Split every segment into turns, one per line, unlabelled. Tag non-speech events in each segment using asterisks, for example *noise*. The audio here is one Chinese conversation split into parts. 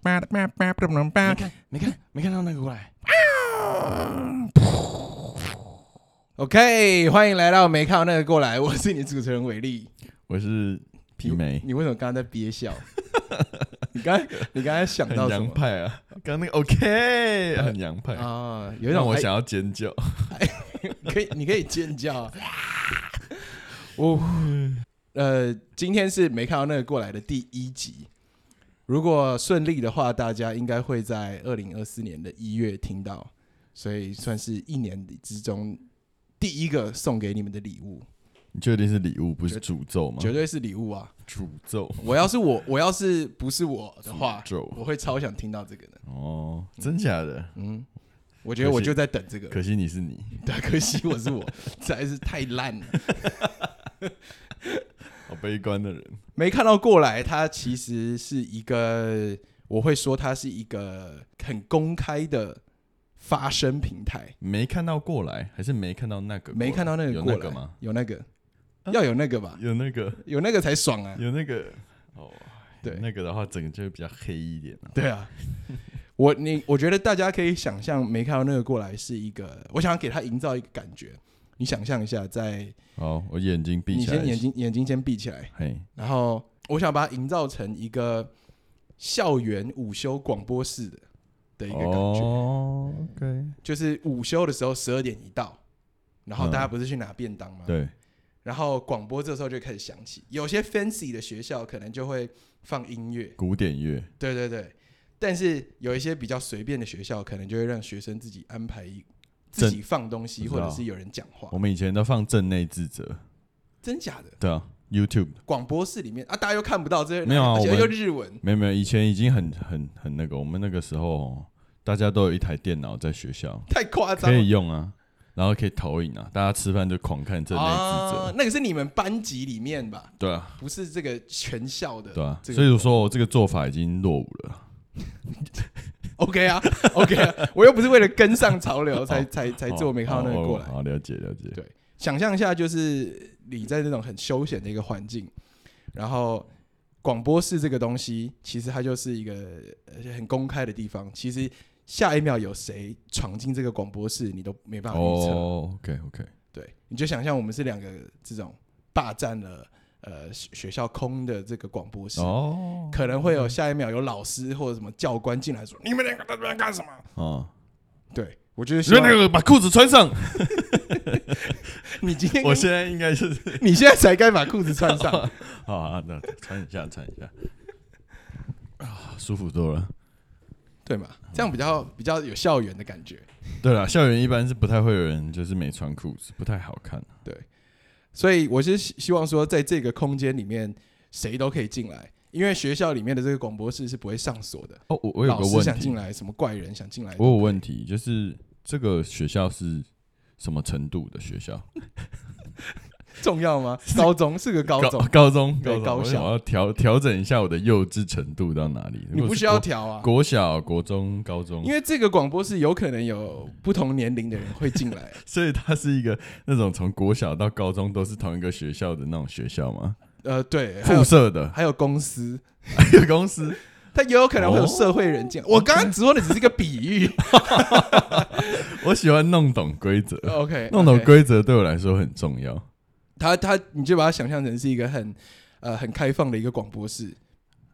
没
看，没看，没看到那个过来。OK，欢迎来到没看到那个过来，我是你主持人伟力。
我是皮梅，
你为什么刚刚在憋笑？你刚才你刚才想
很
到什
洋
么？
派啊！刚刚那个 OK，很洋派，
啊，有一
让
种
我
哎
想要尖叫。
可以，你可以尖叫
*laughs*
啊。我呃，今天是没看到那个过来的第一集。如果顺利的话，大家应该会在二零二四年的一月听到，所以算是一年之中第一个送给你们的礼物，
你确定是礼物不是
绝
诅咒吗？
绝对是礼物啊！
诅咒，
我要是我，我要是不是我的话
诅，咒
我会超想听到这个的。
哦，真假的？
嗯，我觉得
可惜
我就在等这个。
可惜你是你，
对， *laughs* 可惜我是我，实在是太烂了。
好悲观的人。
没看到过来，它其实是一个，我会说它是一个很公开的发声平台。
没看到过来，还是没看到那个过来？
没看到那个
哦有
过
那
来
个吗？？
有那个，要有那个吧，
有那个，
有那个才爽啊！
有那个。哦，
对
那个的话，整个就会比较黑一点啊。
对啊，我你我觉得大家可以想象，没看到那个过来是一个，我想要给他营造一个感觉。你想象一下，在
好，我眼睛闭
你
起来。
先眼。睛眼睛先闭起来，
嘿，
然后我想把它营造成一个校园午休广播室的的一个感觉。
哦，OK，
就是午休的时候十二点一到，然后
嗯
大家不是去拿便当吗？。
对，
然后广播这时候就开始响起，有些 fancy 的学校可能就会放音乐，
古典乐，
对对对。但是有一些比较随便的学校，可能就会让学生自己安排一自己放东西，
不
或
知道
者是有人讲话
我。们以前都放镇内智者，
真假的？
对啊，YouTube
广播室里面啊，大家又看不到这些，
没有啊
而且
我们
又日文，
没有没有，以前已经很很很那个，我们那个时候哦大家都有一台电脑在学校
太夸张
可以
了。
用啊，然后可以投影啊，大家吃饭就狂看这类智者，
啊，那个是你们班级里面吧？
对啊
不是这个全校的。
对啊，
这个
所以我说我这个做法已经落伍了，
OK 啊 *laughs* ，OK 啊，我又不是为了跟上潮流才
哦
才才
哦
做没看到那个
哦
过来
哦。好了解了解，
对想象一下，就是你在这种很休闲的一个环境，然后广播室这个东西，其实它就是一个呃很公开的地方。其实下一秒有谁闯进这个广播室，你都啊没办法预测。
哦，OK OK，
对，你就想象我们是两个这种霸占了呃学学校空的这个广播室。
哦
可能会有下一秒有老师或者什么教官进来说：“你们两个在这边干什么
哦，？”
对我就是希
那
望
那个把裤子穿上，
*laughs* 你今天
我现在应该就是 *laughs*
你现在才该把裤子穿上。
好啊，那穿一下穿一下，啊，舒服多了。
对嘛？
嗯
这样比较比较有校园的感觉。
对了，校园一般是不太会有人就是没穿裤子，不太好看。
所以我是希希望说，在这个空间里面，谁都可以进来，因为学校里面的这个广播室是不会上锁的。
哦，我我有
老
个
师
问
想
题
进，来，什么怪人想进来，
我有问题，就是这个学校是什么程度的学校？
重要
*laughs*
吗？高中是个高中，
高中
对
中
高
我
校
想要调调整一下我的幼稚程度到哪里？
你
如果
不
是
需要
国
调啊，
国小、国中、高中
因，为这个广播室有可能有不同年龄的人会进
*laughs*
来。
所以它是一个那种从国小到高中都是同一个学校的那种学校吗？
呃，对，还有
附设的 *laughs*
还有公司，
一个公司
它也有可
哦
能会有社会人进来。我刚刚只说的只是一个比
*laughs*
喻。
我喜欢弄懂规则，
OK，
弄懂
OK
规则对我来说很重要。
他他，你就把它想象成是一个很呃很开放的一个广播室，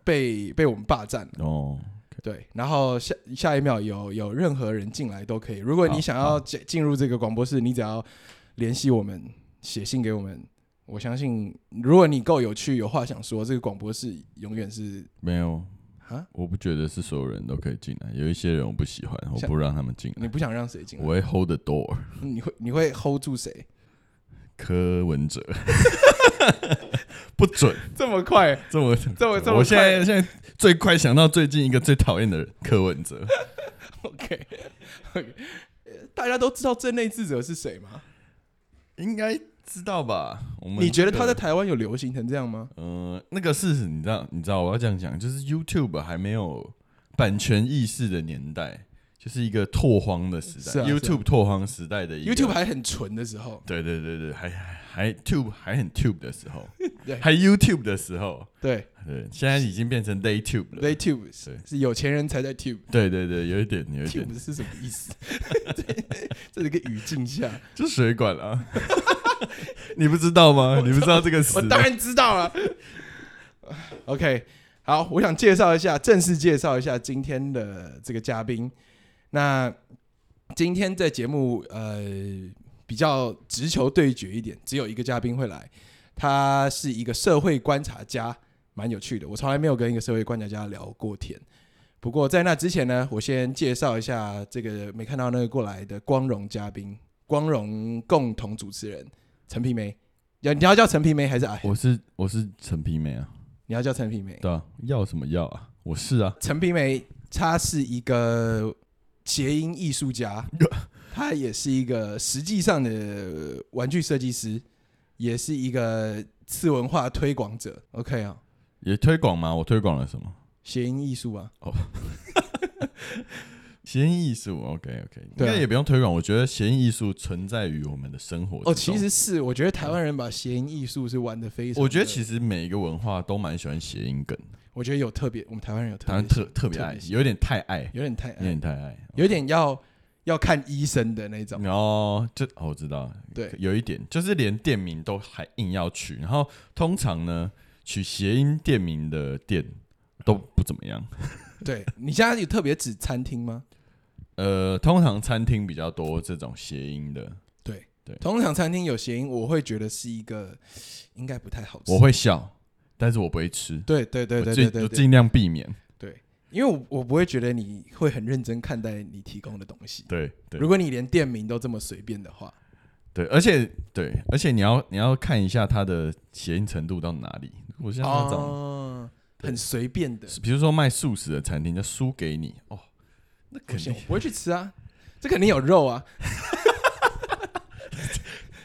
被被我们霸占了。
哦，
对，然后下下一秒有有任何人进来都可以。如果你
好
想要进进入这个广播室，你只要联系我们，写信给我们。我相信，如果你够有趣，有话想说，这个广播室永远是
没有
啊，
我不觉得是所有人都可以进来，有一些人我不喜欢，我
像
不让他们进
你
来，
不想让谁进来，
我会 hold the door。
你会你会 hold 住谁？ *laughs*
柯文哲 *laughs* 不准
这么快，
这么
这么这么
我现在现在最快想到最近一个最讨厌的人柯文哲，
*laughs* OK，, o k 大家都知道镇内智者是谁吗？
应该知道吧？我们
你觉得
这
他
个
在台湾有流行成这样吗？
呃那个是你知道你知道我要这样讲，就是 YouTube 还没有版权意识的年代。就是一个拓荒的时代、
是啊是啊
y o u t u b e 拓荒时代的一个
YouTube 还很纯的时候，
对对对对，还还还 Tube 还很 Tube 的时候
*laughs* 对，
还 YouTube 的时候，
对
对，现在已经变成 Day Tube 了。
，they tube 是是有钱人才在 tube。
对对对，有一点，有一点，
tube 是什么意思？ *laughs* 这是一个语境下，
就水管啊。 *laughs* 你不知道吗？你不知道这个词
我
吗？
当然知道了。OK，好，我想介绍一下，正式介绍一下今天的这个嘉宾。那今天这节目呃比较直球对决一点，只有一个嘉宾会来，他是一个社会观察家，蛮有趣的。我从来没有跟一个社会观察家聊过天。不过在那之前呢，我先介绍一下这个没看到那个过来的光荣嘉宾，光荣共同主持人陈皮梅。要你要叫陈皮梅还是阿？
我是我是陈皮梅啊，
你要叫陈皮梅。
对啊，要什么要啊？我是啊，
陈皮梅她是一个谐音艺术家，她也是一个实际上的玩具设计师，也是一个次文化推广者。OK 啊，
也推广吗？我推广了什么？
谐音艺术啊，
谐音艺术，OK OK，应
对啊
该也不用推广。我觉得谐音艺术存在于我们的生活之中。
哦，其实是我觉得台湾人把谐音艺术是玩的非常，
我觉得其
实
实每一个文化都蛮喜欢谐音梗，
我觉得有特别，我们台湾人有
当
特
然
别
特特别
特别
爱嗯
喜，欢
有点太爱，
有点太
有点太爱。
有点要要看医生的那种，
然后就哦我知道，
对
有一点就是连店名都还硬要取，然后通常呢取谐音店名的店都不怎么样。
对你现在有特别指餐厅吗？
呃，通常餐厅比较多这种谐音的，
对
对
通常餐厅有谐音，我会觉得是一个应该不太好吃。
我会笑，但是我不会吃，
对对对对
我
对
尽
对
我
对，
尽量避免。
因为我我不会觉得你会很认真看待你提供的东西。
对对
如果你连店名都这么随便的话，
对，而且对，而且你要你要看一下它的谐音程度到哪里。我像那种、
哦，
对
很随便的，
比如说卖素食的餐厅，就输给你哦，那
不
肯
行，
定
我不会去吃啊。这肯定有肉啊，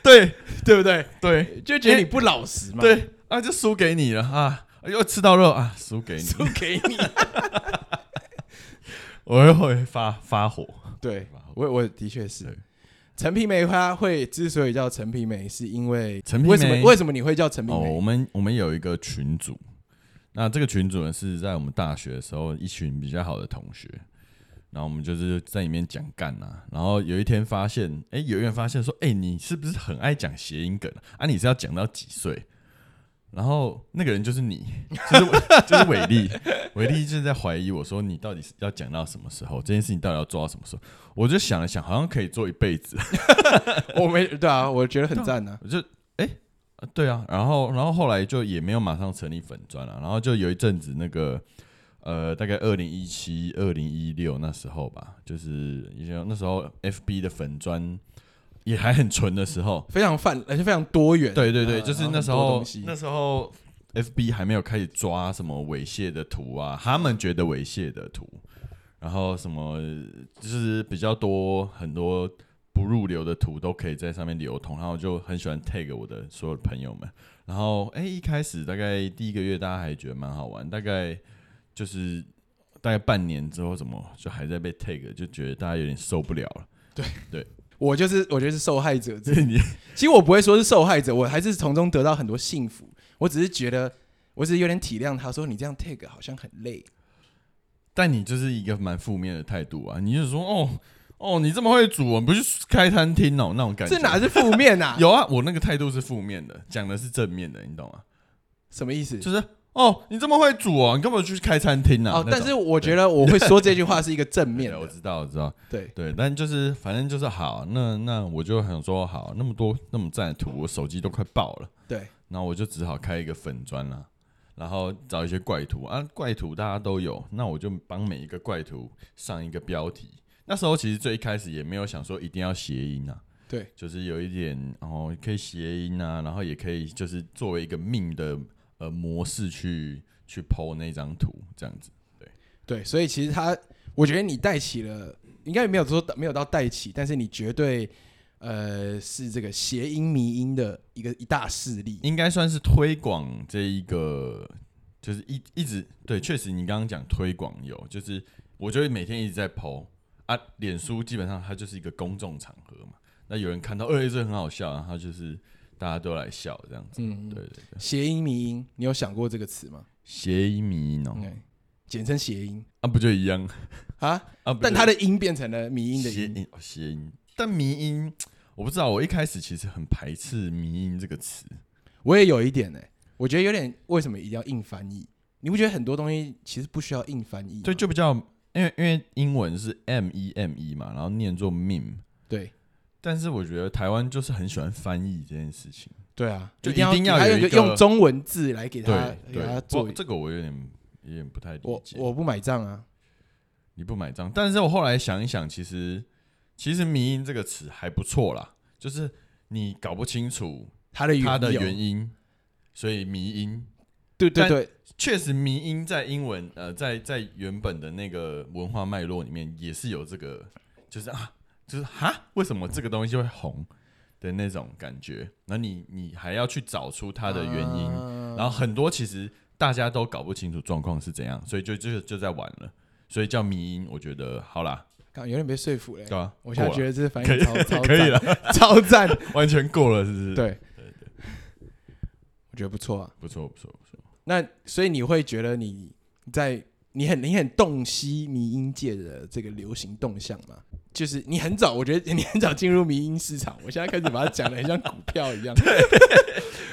对
*laughs* 对不对？
对
就觉得你不老实嘛，， *laughs*
对啊，就输给你了啊，又吃到肉啊，输
*laughs*
给你，
输给你。
我又会发发火。
对，我我的确是
对。
陈皮梅花会之所以叫陈皮梅，是因为
陈皮
为什么
梅
为什么你会叫陈皮
哦，
梅？
我们我们有一个群组，那这个群组呢是在我们大学的时候一群比较好的同学，然后我们就是在里面讲干啊，然后有一天发现，哎、有一个人发现说，哎、你是不是很爱讲谐音梗啊啊？你是要讲到几岁？然后那个人就是你，就是我就是 *laughs* 伟力，伟力就是在怀疑我说你到底是要讲到什么时候，这件事情到底要做到什么时候？我就想了想，好像可以做一辈子，
*laughs* 我没对啊，我觉得很赞啊。
我就哎、啊对啊，然后然后后来就也没有马上成立粉砖了、然后就有一阵子那个呃，大概二零一七、二零一六那时候吧，就是一些那时候 FB 的粉砖也还很纯的时候，
非常泛，而且非常多元。
对对对，
嗯
就是
然后
那时
很多
候
东西
那时候 FB 还没有开始抓什么猥亵的图啊，他们觉得猥亵的图，然后什么就是比较多很多不入流的图都可以在上面流通，然后我就很喜欢 tag 我的所有的朋友们，然后哎、一开始大概第一个月大家还觉得蛮好玩，大概就是。大概半年之后，怎么就还在被 tag，就觉得大家有点受不了 *laughs* 了。
我就是我觉得是受害者之
就是你
其实我不会说是受害者，我还是从中得到很多幸福。我只是觉得，我只是有点体谅他说你这样 take 好像很累。
但你就是一个蛮负面的态度啊！你就说哦哦，你这么会煮，你不去开餐厅哦，那种感觉。
这哪是负面 *laughs* 啊？
有啊？我那个态度是负面的，讲的是正面的，你懂吗？
什么意思？
就是哦，你这么会煮哦，你干嘛去开餐厅
嗯
啊？
哦，
那种
但是我觉得我会说这句话是一个正面
对我
的，
知道，我知道，
对，
对，但就是反正就是好，那那我就想说好，那么多那么赞的图，我手机都快爆了，
对，
那我就只好开一个粉砖啦。然后找一些怪图啊，怪图大家都有，那我就帮每一个怪图上一个标题。那时候其实最一开始也没有想说一定要谐音啊，
对，
就是有一点哦，可以谐音啊，然后也可以就是作为一个命的呃模式去去剖那张图这样子。
对，所以其实他，我觉得你带起了，应该没有说没有到带起，但是你绝对呃是这个谐音迷音的一个一大势力。
应该算是推广这一个，就是一一直对，确实你刚刚讲推广有，就是我觉得每天一直在 PO 啊，哎脸书基本上它就是一个公众场合嘛，那有人看到，呃、这很好笑，然后他就是大家都来笑这样子。
嗯，
对对对，
谐音迷音，你有想过这个词吗？
谐音迷音哦，
嗯，简称谐音
啊不就一样
啊，
啊？不就
但它的音变成了迷音的
谐
音。
音哦谐音，但迷音我不知道，我一开始其实很排斥迷音这个词。
我也有一点呢、欸我觉得有点为什么一定要硬翻译？你不觉得很多东西其实不需要硬翻译吗？
对，就比较因为因为英文是 M E M E 嘛，然后念作 meme，
对
但是我觉得台湾就是很喜欢翻译这件事情。
对啊，
就
一定
一定要
给它
有
一个
一个
用中文字来给它
对
给它
对，
做
不，。这个我有点有点不太理
我
解。
我不买账啊，
你不买账，但是我后来想一想，其实其实“迷因”这个词还不错啦，就是你搞不清楚
它的
它的
由
原因，所以迷因。
对对
但
对，
确实，迷因在英文呃，在在原本的那个文化脉络里面也是有这个，就是啊，就是哈，为什么这个东西会红的那种感觉？那你你还要去找出它的原因，
啊
然后很多其实大家都搞不清楚状况是怎样，所以就就就在玩了，所以叫迷因，我觉得好啦，
刚有点被说服了欸、
对吧、
我现在
过
觉得
了
这反应超超
可以了，
赞超
*laughs*
赞，
完全过了，是不是？，
对，我觉得不错啊。
不错不错不错。
那所以你会觉得你在你很你很洞悉迷音界的这个流行动向吗？就是你很早，我觉得你很早进入迷音市场，我现在开始把它讲的很像股票
*laughs*
一样。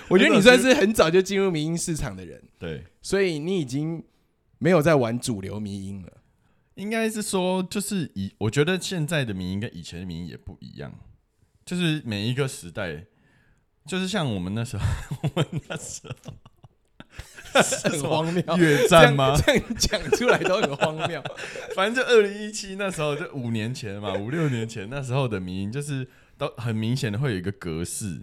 我觉得你算是很早就进入迷音市场的人，
对，
所以你已经没有在玩主流迷音
*laughs*
了。
应该是说，就是以我觉得现在的民音跟以前的民音也不一样，就是每一个时代，就是像我们那时候， *laughs* 我们那时
*laughs* 很
*laughs*
荒谬
候，越战吗？
这样这样讲出来都很荒谬。
反正就二零一七那时候，就五年
*laughs*
前嘛，五六年前那时候的民音，就是都很明显的会有一个格式，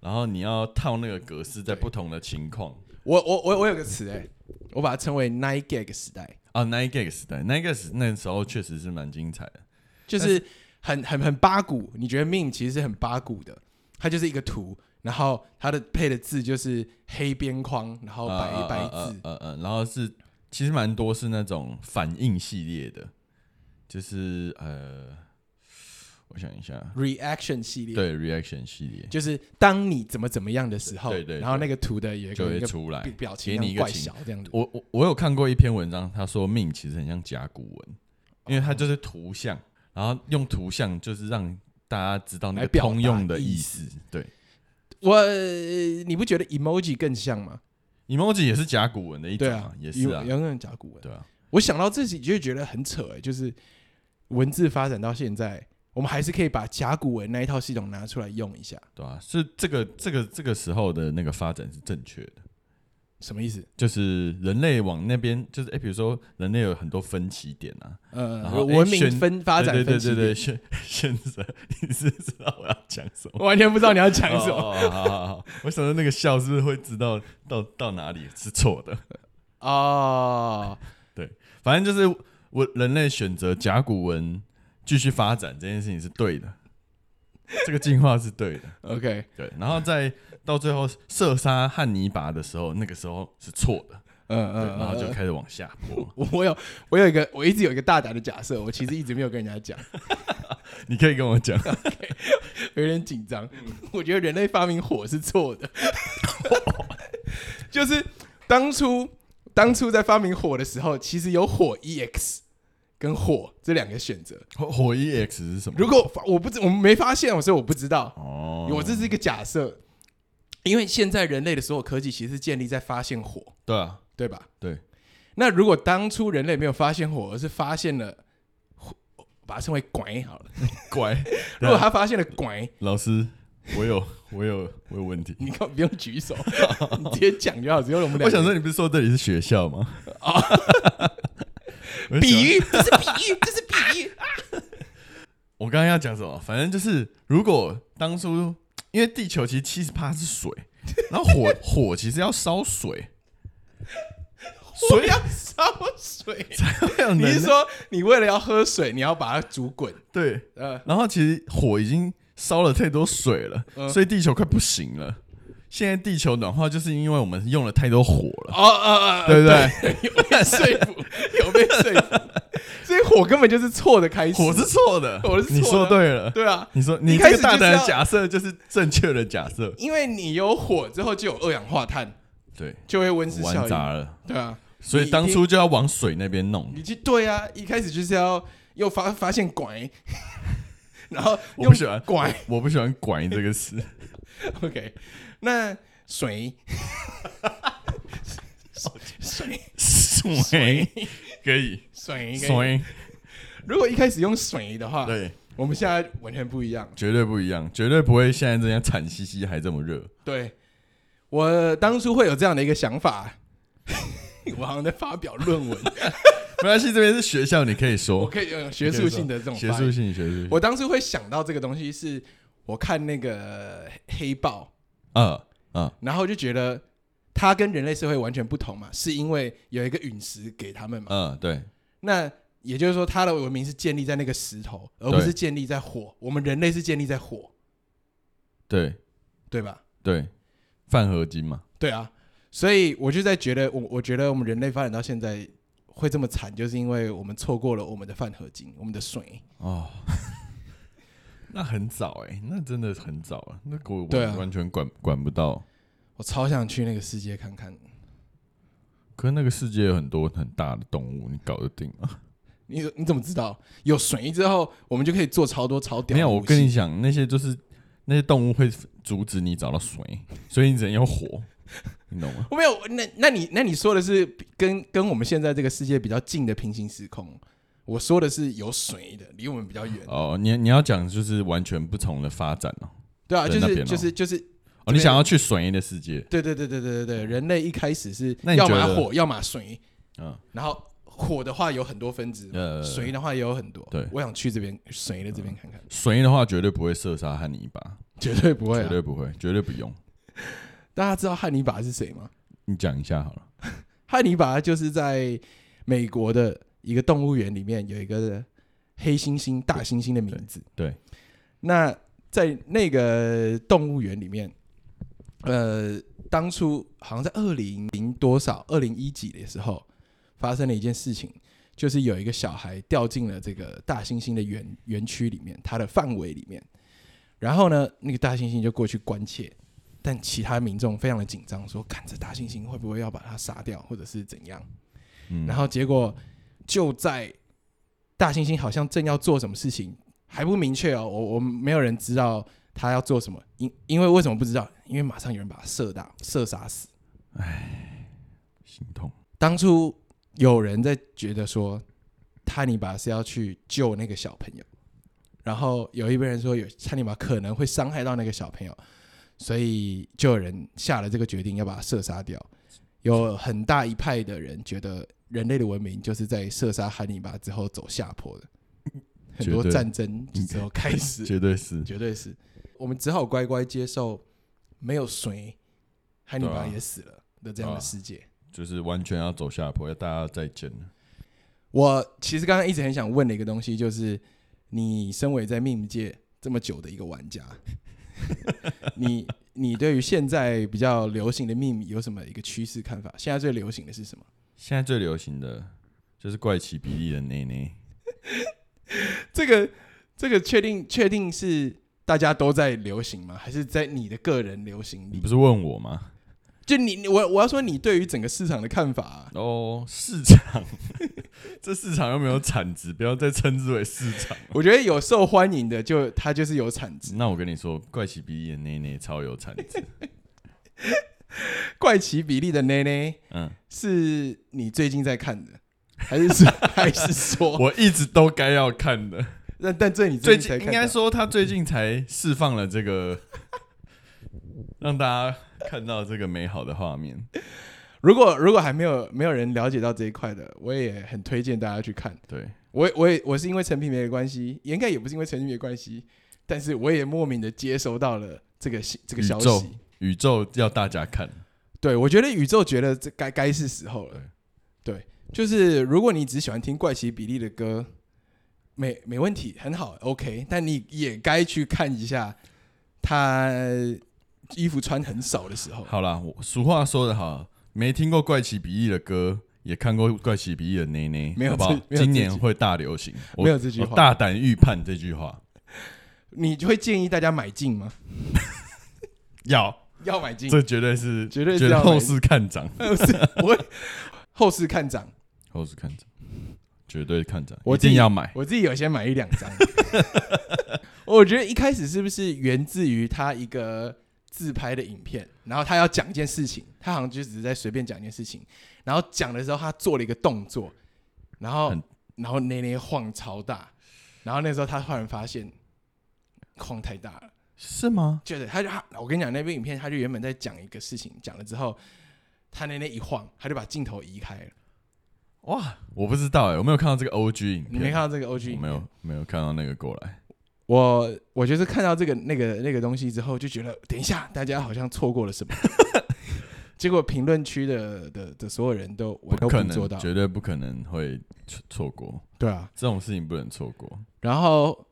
然后你要套那个格式在不同的情况。
我我我我有个词哎、我把它称为 nine gag 时代，
啊，那一个时代，那一个时那时候确实是蛮精彩的。
就是很很很八股。你觉得 meme 其实是很八股的，它就是一个图，然后它的配的字就是黑边框，然后白、
呃
白
呃呃
字。
呃呃，然后是其实蛮多是那种反应系列的，就是呃，我想一下，
reaction 系列，
对 reaction 系列
就是当你怎么怎么样的时候，
对对对
然后那个图的有一
就
个
会
一个
出来
表，表情，
给你一个
怪
情
小这样子。
我我我有看过一篇文章，他说命其实很像甲骨文，因为它就是图像，然后用图像就是让大家知道那
来
个
表达
通用的
意
意思。对
我你不觉得 emoji 更像吗？
，emoji 也是甲骨文的一种
对
嘛，
啊，
也是啊
有，有那种甲骨文。
对啊，
我想到自己就觉得很扯哎、就是文字发展到现在，我们还是可以把甲骨文那一套系统拿出来用一下，
对啊，是这个这个这个时候的那个发展是正确的。
什么意思？
就是人类往那边，就是哎、诶比如说人类有很多分歧点啊，然
呃，
后
文
诶
明
选
分发展
对对
分歧
对
点
对，选选择，你是不是知道我要讲什么？
我完全不知道你要讲什么
哦哦好好好， *laughs* 我想说那个笑是不是会知道到到哪里是错的？
哦。
反正就是我人类选择甲骨文继续发展这件事情是对的，这个进化是对的，
哦 OK，
对。然后在到最后射杀汉尼拔的时候，那个时候是错的，
嗯
对，
嗯，
然后就
嗯
开始往下坡。
嗯我有我有一个我一直有一个大胆的假设，我其实一直没有跟人家
*laughs*
讲，
你可以跟我讲，
有点紧张。
嗯
我觉得人类发明火是错
*laughs*
的，就是当初当初在发明火的时候，其实有火 EX 跟火这两个选择。
火火 EX 是什么？
如果发我不知我们没发现，所以我不知道，
哦，
我这是一个假设，因为现在人类的所有科技其实是建立在发现火，
对啊，
对吧？
对。
那如果当初人类没有发现火，而是发现了火，把它称为“拐”好 *laughs* 了。
乖，
如果他发现了“拐
啊老师，我有我有我有问题”，。
你看不用举手， *laughs* 你直接讲就好。只有我们两个
我想说，你不是说这里是学校吗？ *laughs* 啊，
比喻，这是比喻，这是比 *laughs* 喻。
我刚刚要讲什么？反正就是，如果当初因为地球其实七十趴是水，然后火火其实要烧水，
*laughs* 我要烧 *laughs* 水。
才会有能
你
量
是说你为了要喝水，你要把它煮滚？
对？
呃，
然后其实火已经烧了太多水了，
嗯
所以地球快不行了。现在地球暖化就是因为我们用了太多火了，
哦哦哦，
对不
对
对？
有被说服，有被说服。所以火根本就是错的开始。
我是错的，
*laughs* 我是错的
你说对了，
对啊，
你说
一
你
开
这
始
个大胆
就是要
的假设就是正确的假设，
因为你有火之后就有二氧化碳，
对，
就会温室效
玩砸
应。
了，
对啊，
所以当初就要往水那边弄
你。就对啊，一开始就是要又发发现拐，然后
我
用
不喜欢
拐。
我不喜欢“拐”这个词，
OK，那水水
水可以，
水水，
水
如果一开始用水的话，
对，
我们现在完全不一样。
绝对不一样，绝对不会现在这样惨兮兮还这么热。
对我当初会有这样的一个想法，我好像在发表论文，
没关系，这边是学校，你可以
我
说
可以用学术性的这种
学
发
术
言。
性，学术性。
我当初会想到这个东西是，我看那个黑豹，
啊啊，
然后就觉得它跟人类社会完全不同嘛，是因为有一个陨石给他们嘛。
嗯，对，
那也就是说，它的文明是建立在那个石头，而不
对
是建立在火。我们人类是建立在火，
对，
对吧？
对，泛合金嘛，
对啊，所以我就在觉得，我我觉得我们人类发展到现在会这么惨，就是因为我们错过了我们的泛合金，我们的水。
哦，那很早哎、那真的很早啊，那个我
对啊
完完全管管不到。
我超想去那个世界看看。
可是那个世界有很多很大的动物，你搞得定吗？
你你怎么知道有水之后，我们就可以做超多超屌？
没有，我跟你，讲，那些就是那些动物会阻止你找到水，所以你只能用火，你懂吗？
我没有。那那你那你说的是跟跟我们现在这个世界比较近的平行时空，我说的是有水的，离我们比较远。
哦，你你要讲就是完全不同的发展哦。
对啊，
在
就
那
是
边哦
就是就是，
哦，你想要去水的世界，
对对对对对对对，人类一开始是
那你
要
觉
么
得
火，要么水，
嗯，
然后火的话有很多分支嘛，
呃，
水的话也有很多。
对
我想去这边水的这边看看，
水的话绝对不会射杀汉尼拔，
绝对不会
绝
啊！
对不会，绝对不用。
大家知道汉尼拔是谁吗？
你讲一下好了。
汉尼拔就是在美国的一个动物园里面有一个黑猩猩、大猩猩的名字。
对对
那在那个动物园里面，呃，当初好像在二零零多少二零一几的时候，发生了一件事情，就是有一个小孩掉进了这个大猩猩的园园区里面，它的范围里面。然后呢，那个大猩猩就过去关切，但其他民众非常的紧张，说：“看这大猩猩会不会要把它杀掉，或者是怎样？”
嗯，
然后结果就在大猩猩好像正要做什么事情，还不明确哦，我我没有人知道他要做什么，因因为为什么不知道？因为马上有人把他射到射杀死。
心痛。
当初有人在觉得说，泰尼拔是要去救那个小朋友，然后有一辈人说有泰尼拔可能会伤害到那个小朋友，所以就有人下了这个决定要把他射杀掉。有很大一派的人觉得人类的文明就是在射杀汉尼拔之后走下坡的，很多
绝对
战争之后开始，
绝对是。
绝对是我们只好乖乖接受没有谁汉尼
对
拔
啊
也死了的这样
对
的
啊
世界。
就是完全要走下坡，要大家再见了。
我其实刚刚一直很想问的一个东西，就是你身为在 meme 界这么久的一个玩家， *laughs* 你你对于现在比较流行的 meme 有什么一个趋势看法？现在最流行的是什么？
现在最流行的就是怪奇比利的内内，
这个这个确定确定是大家都在流行吗？还是在你的个人流行
你
里
不？是问我吗？
就你你我我要说你对于整个市场的看法啊、
哦，市场， *laughs* 这市场又没有产值，不要再称之为市场。
*laughs* 我觉得有受欢迎的就它就是有产值，
*laughs* 那我跟你说，怪奇比利的内内超有产值。
怪奇比例的奶奶
*laughs* 嗯，
是你最近在看的，还是 *laughs* 说还是说
*laughs* 我一直都该要看的。
但但这你
最
近
近
才
应
看
该
到
说他最近才释放了这个， *laughs* 让大家看到这个美好的画面。
如果如果还没有没有人了解到这一块的，我也很推荐大家去看。
对，
我也我也我是因为陈皮梅的关系，应该也不是因为陈皮梅的关系，但是我也莫名的接收到了这个信这个
宇
消
宙
息。
宇宙要大家看。
对，我觉得宇宙觉得这该该是时候了。对，就是如果你只喜欢听怪奇比利的歌，没没问题，很好，OK。但你也该去看一下他衣服穿很少的时候。
好啦，我俗话说得好，没听过怪奇比利的歌，也看过怪奇比翼的内内，
没有
好不好
自？没有
今
自
年
己
会大流行，我
没有这句话
我哦大胆预判这句话
你会建议大家买进吗？
要，
要买进，
这绝对是
绝对是
绝
要买
后市看涨，
我会后市看涨。
后市看涨，绝对看涨，
我
一
自己
定要买。
我自己有先买一两张。 *laughs* 我觉得一开始是不是源自于他一个自拍的影片，然后他要讲一件事情，他好像就只是在随便讲一件事情，然后讲的时候他做了一个动作，然后
很
然后那那晃超大，然后那时候他突然发现晃太大了，
是吗？
觉得他就他我跟你讲那部影片，他就原本在讲一个事情，讲了之后他那那一晃，他就把镜头移开了。
哇，我不知道哎、我没有看到这个 O G 影片，
你没看到这个 OG
我
影
没
片
有没有看到那个过来，
我我就是看到这个那个那个东西之后，就觉得等一下，大家好像错过了
*laughs*
什么。结果评论区的的的所有人都我都
可
没做到
能，，绝对不可能会错错过
对啊。
这种事情，不能错过。
然后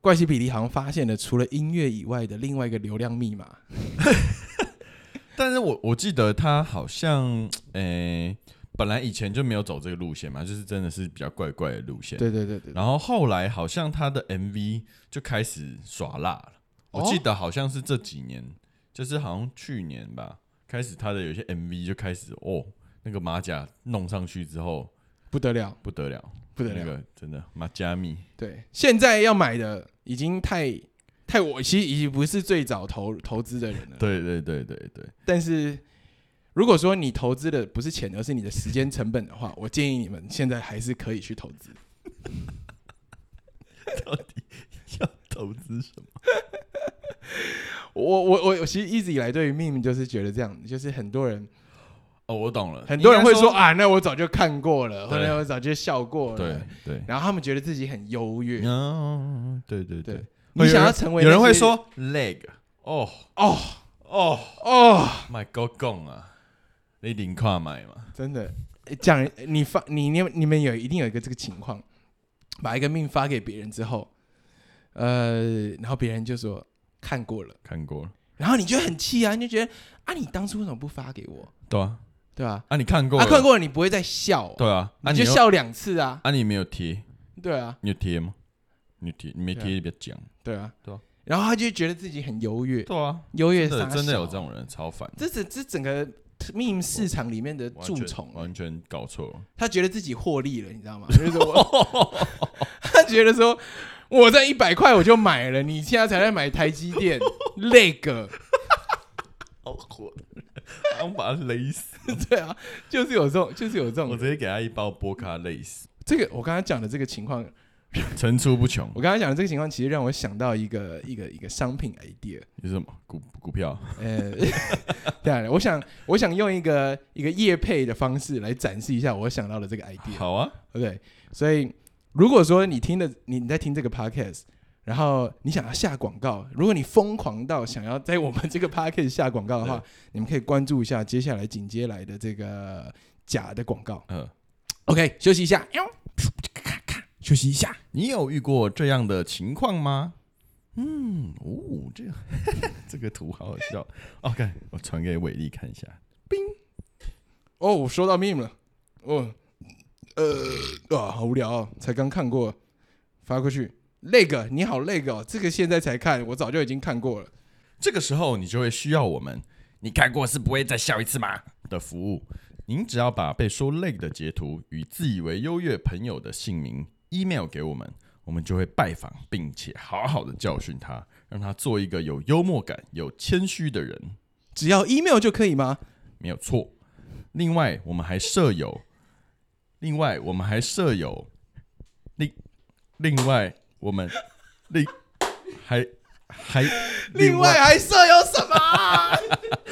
怪奇比利好像发现了除了音乐以外的另外一个流量密码，
但是我我记得他好像，诶、本来以前就没有走这个路线嘛，就是真的是比较怪怪的路线。
对对对对，
然后后来好像他的 MV 就开始耍辣了，
哦
我记得好像是这几年，就是好像去年吧，开始他的有些 MV 就开始哦，那个马甲弄上去之后
不得了，
不得了，
不得
那
了。
个真的马加密，
对，现在要买的已经太太我其实已经不是最早投投资的人了，
对对对对对，
但是如果说你投资的不是钱，而是你的时间成本的话，我建议你们现在还是可以去投资。
要投资什么？
我我我我其实一直以来对于 meme 就是觉得这样，就是很多人
哦，我懂了，
很多人会
应该
说，啊，那我早就看过了，或
对
者我早就笑过了，
对，对，
然后他们觉得自己很优越，
嗯，对对
对
对，
你想要成为
有人
那
会
些
说 leg，哦
哦
哦
哦，
，my god，讲啊，你零跨买嘛？
真的诶讲你发你你你们有一定有一个这个情况，把一个命发给别人之后，呃，然后别人就说看过了，
看过了，
然后你就很气啊，你就觉得啊，你当初为什么不发给我，
对啊，
对吧、
啊，你看过
啊，
了，
看，过了你不会再笑哦、
对啊，啊，
你就
又，
笑两次啊，
啊，你没有贴，
对啊，
你有贴吗？你有贴，你没
对啊
贴，你别讲，
对啊，
对啊
然后他就觉得自己很优越，
对啊，
优越
真的
啥？
真的有这，种人，超烦，
这整这整个 meme 市场里面的
完
蛀
全
虫，
完全搞错了，
他觉得自己获利了，你知道吗？就是我， *laughs* 他觉得说。我在一百块我就买了，你现在才在买台积
*laughs*
电，那个，
好火， *laughs* 我把他勒死，
对啊，就是有这种，就是有这
我
种，
直接给他一包波卡勒死，
这个我刚才讲的这个情况，
层出不穷
我。刚才讲的这个情况，其实让我想到一个一个一个商品 idea，
你是什么股股票？
呃， *laughs* 对啊，我想我想用一个一个业配的方式来展示一下我想到的这个 idea，
好啊，
对不对？所以如果说你听的你你在听这个 podcast，然后你想要下广告，如果你疯狂到想要在我们这个 podcast 下广告的话，你们可以关注一下接下来紧接来的这个假的广告。
嗯。
OK，休息一下，休息一下。
你有遇过这样的情况吗？嗯，哦，这 *laughs* 这个图好好笑。OK，我传给伟力看一下。
哦，我说到 meme 了，哦，呃，啊，好无聊哦，才刚看过，发过去。那个你好那个哦，这个现在才看，我早就已经看过了。
这个时候你就会需要我们，你看过是不会再笑一次吗？的服务。您只要把被说累的截图与自以为优越朋友的姓名 email 给我们，我们就会拜访并且好好的教训他，让他做一个有幽默感、有谦虚的人。
只要 email 就可以吗？
没有错。另外，我们还设有，另外我们还设有，另另外我们另还还
另外还设有什么啊？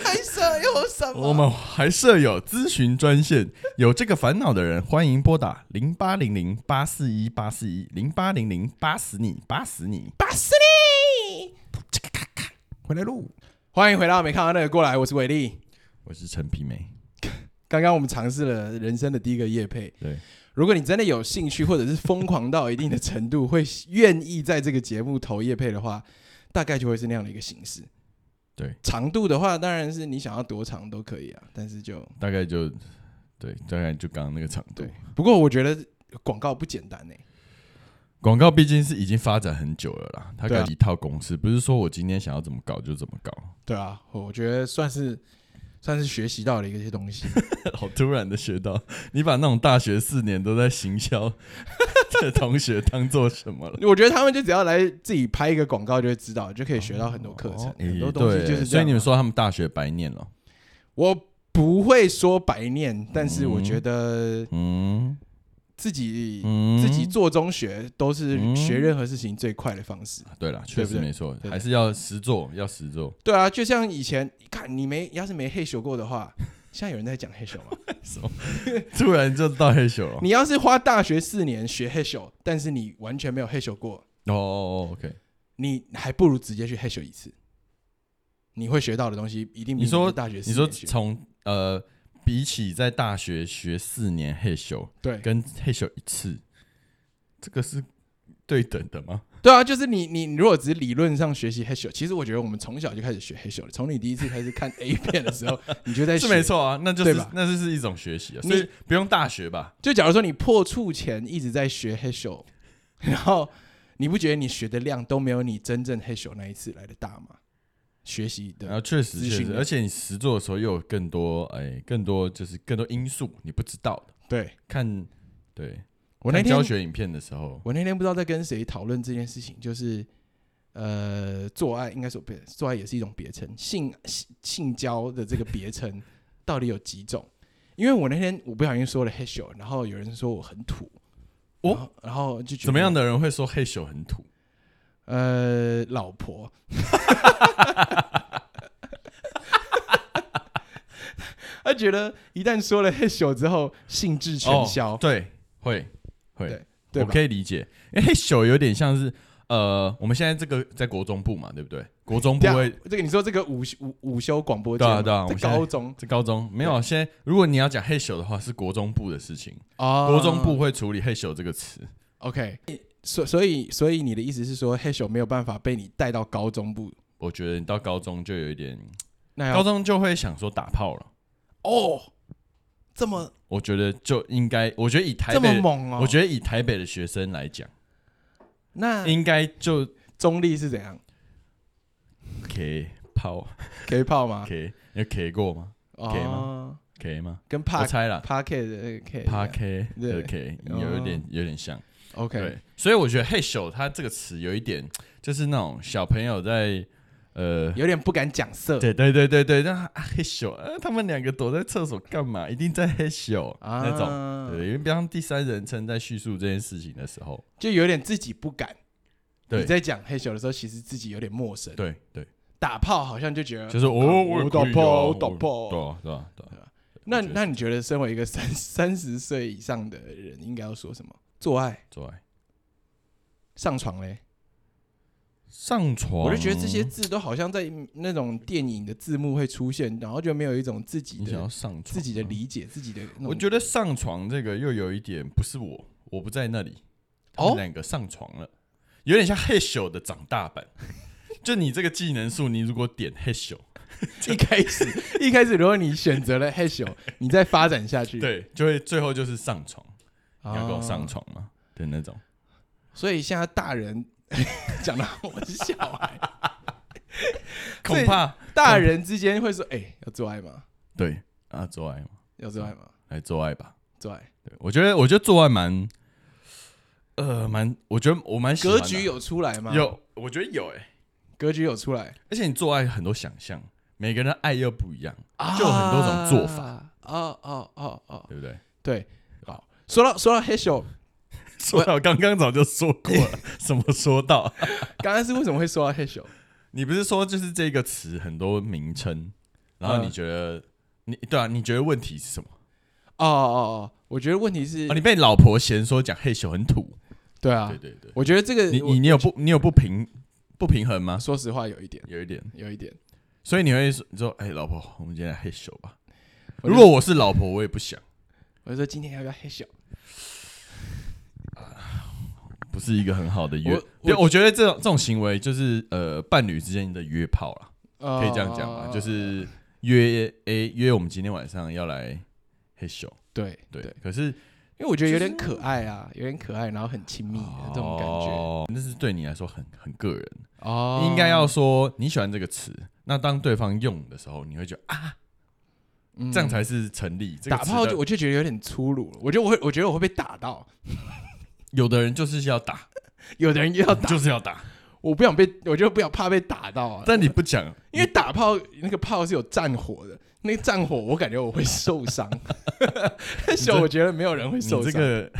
还设有什么？
我们还设有咨询专线，有这个烦恼的人，欢迎拨打零八零零八四一八四一零八零零八死你八死你。
巴斯利
回来喽，
欢迎回到没看到那个过来，我是伟力。
我是陈皮梅。
刚刚我们尝试了人生的第一个夜配。
对，
如果你真的有兴趣，或者是疯狂到一定的程度，会愿意在这个节目投夜配的话，大概就会是那样的一个形式。
对，
长度的话，当然是你想要多长都可以啊，但是就
大概就对，大概就刚刚那个长度
对。，不过我觉得广告不简单呢、欸
广告毕竟是已经发展很久了啦，它
对啊
有一套公式，不是说我今天想要怎么搞就怎么搞。
对啊，我觉得算是算是学习到了一些东西。
好突然的学到， *laughs* 你把那种大学四年都在
*laughs*
行销的同学当做什么了？
*laughs* 我觉得他们就只要来自己拍一个广告，就会知道，就可以学到很多课程，
哦
很多
诶
东西
对
就是这样啊
所以你们说他们大学白念了？
我不会说白念，但是我
嗯
觉得
嗯
自己、
嗯，
自己做中学都是
嗯
学任何事情最快的方式。
对了，确
对不
实
对
没错
对，
还是要实做，要实做。 *laughs*
对啊，就像以前，看你没要是没黑修过的
*laughs*
话，现在有人在讲黑修吗？
突然就到黑手了。
你要是花大学四年学黑修，但是你完全没有黑修过，
哦哦哦，OK，
你还不如直接去黑修一次。你会学到的东西一定比
你说
大学四
你说
年学
从呃，比起在大学学四年黑手
对
跟黑手一次，这个是对等的吗？
对啊，就是你你你如果只是理论上学习黑手，其实我觉得我们从小就开始学黑手了。从你第一次开始看 A 片的时候，你就在
是
学
没。错啊，那就
对
是
吧
那就是一种学习啊，
你
所以不用大学吧？
就假如说你破处前一直在学黑手， *laughs* 然后你不觉得你学的量都没有你真正黑手那一次来的大吗？学习
然
的
后确实
资
确
讯
实，
量
而且你实做的时候又有更多哎，更多就是更多因素你不知道的。
对
看，对
我那
看
天
教学影片的时候，
我那天不知道在跟谁讨论这件事情，就是呃，做爱应该说不是做爱也是一种别称，性性性交的这个别称 *laughs* 到底有几种？因为我那天我不小心说了 h e s h o 然后有人说我很土，
哦
然后，然后就觉得
怎么样？的人会说嘿咻很土？
呃，老婆。 *laughs* 他觉得一旦说了 h e s h o 之后，兴致全消，
哦对，会会，
对
我
吧？
可以理解，因为嘿咻有点像是呃，我们现在这个在国中部嘛，对不对？国中部
这样
会，
这个你说这个午休午午休广播节
对啊
目
对啊我
在
们现在
高中
在高中没有啊，现在如果你要讲嘿咻的话，是国中部的事情，
哦，
国中部会处理嘿咻这个词。
OK，所所以所以你的意思是说，黑手没有办法被你带到高中部，
我觉得你到高中就有一点，
那要
高中就会想说打炮了。
哦，这么
我觉得就应该，我觉得以台
这么
北，
猛哦，
我觉得以台北的学生来讲，
那
应该就
中立是怎样？
K 炮
可以泡吗？
K，你有 K 过吗可以
哦，
？K 吗？
跟
我
park
猜啦
park 的那个 K 一
p a
样
K
对
的 K
哦
有一点有点像，
OK，
对，所以我觉得嘿咻它这个词有一点就是那种小朋友在呃。
有点不敢讲色
对对对对对，那啊嘿咻，呃，他们两个躲在厕所干嘛？一定在嘿咻、
啊，
那种，对，因为当第三人称在叙述这件事情的时候，
就有点自己不敢。
对
你在讲黑手的时候，其实自己有点陌生。
对对，
打炮好像就觉得
就是
啊
哦，我
我
也
打
可以啊
炮，我
我
打炮，
对啊对啊对啊。
那
我觉得
那你觉得，身为一个三 *laughs* 三十岁以上的人，应该要说什么？做爱、
做爱、
上床嘞？
上床，
我就觉得这些字都好像在那种电影的字幕会出现，然后就没有一种自己
你想要
的
上床，
自己的。理解，自己的那种。
我觉得上床这个又有一点不是我，我不在那里，他
哦
们两个上床了，有点像嘿咻的长大版。 *laughs* 就你这个技能数，你如果点嘿咻，
一开始一开始，如果你选择了 h e
*laughs*
s h o 你再发展下去，
对，就会最后就是上床，
啊，
你要跟我上床吗？的那种。
所以现在大人 *laughs* 讲到我是小孩，哎所以
*laughs* 恐怕
大人之间会说：“哎、要做爱吗？
对啊，做爱嘛，
要做爱吗？
来做爱吧。
做爱。
对我觉得，我觉得做爱蛮，呃，蛮，我觉得我蛮”喜欢
格
的啊
局有出来吗？，
有，我觉得有哎、
格局有出来。
而且你做爱很多想象，每个人的爱又不一样，就有很多种做法，
法。哦哦哦哦，
对不对？
对，好，说到说到黑手，
说到刚刚早就说过了，什么说到？
刚刚是为什么会说到黑手？
*laughs* 你不是说就是这个词很多名称，然后
嗯
你觉得、你对啊？你觉得问题是什么？
哦哦哦，我觉得问题是
啊，，你被老婆嫌说讲嘿咻很土，
对啊
对，对对，
我觉得这个
你
我
你你有不你有不平不平衡吗？
说实话有一点，
有一点，
有一点。
所以你会说你说哎、老婆，我们今天来嘿咻吧。
我就
如果我是老婆，我也不想，
我就说今天要不要黑手？
不是一个很好的约
我。
对，
我
我觉得这种这种行为就是呃伴侣之间的约炮啦。可
可哦
以这样讲吧，就是约诶、约我们今天晚上要来嘿咻，
对
对，
对，
可是
因为我觉得有点可爱啊，有点可爱，然后很亲密的这种感觉
哦，那是对你来说很很个人，
哦，
应该要说你喜欢这个词，那当对方用的时候，你会觉得啊，
嗯
这样才是成立。这个
打
词
炮
的
就我就觉得有点粗鲁了，我觉得我会，我觉得我会被打到，
有的人就是
*laughs*
要打，
有的人又要打，
就是要打，
我不想被，我就不想怕被打到啊，
但你不讲，
因为打炮那个炮是有战火的，那个战火我感觉我会受伤，h 我觉得没有人会
你
受
这
伤，
个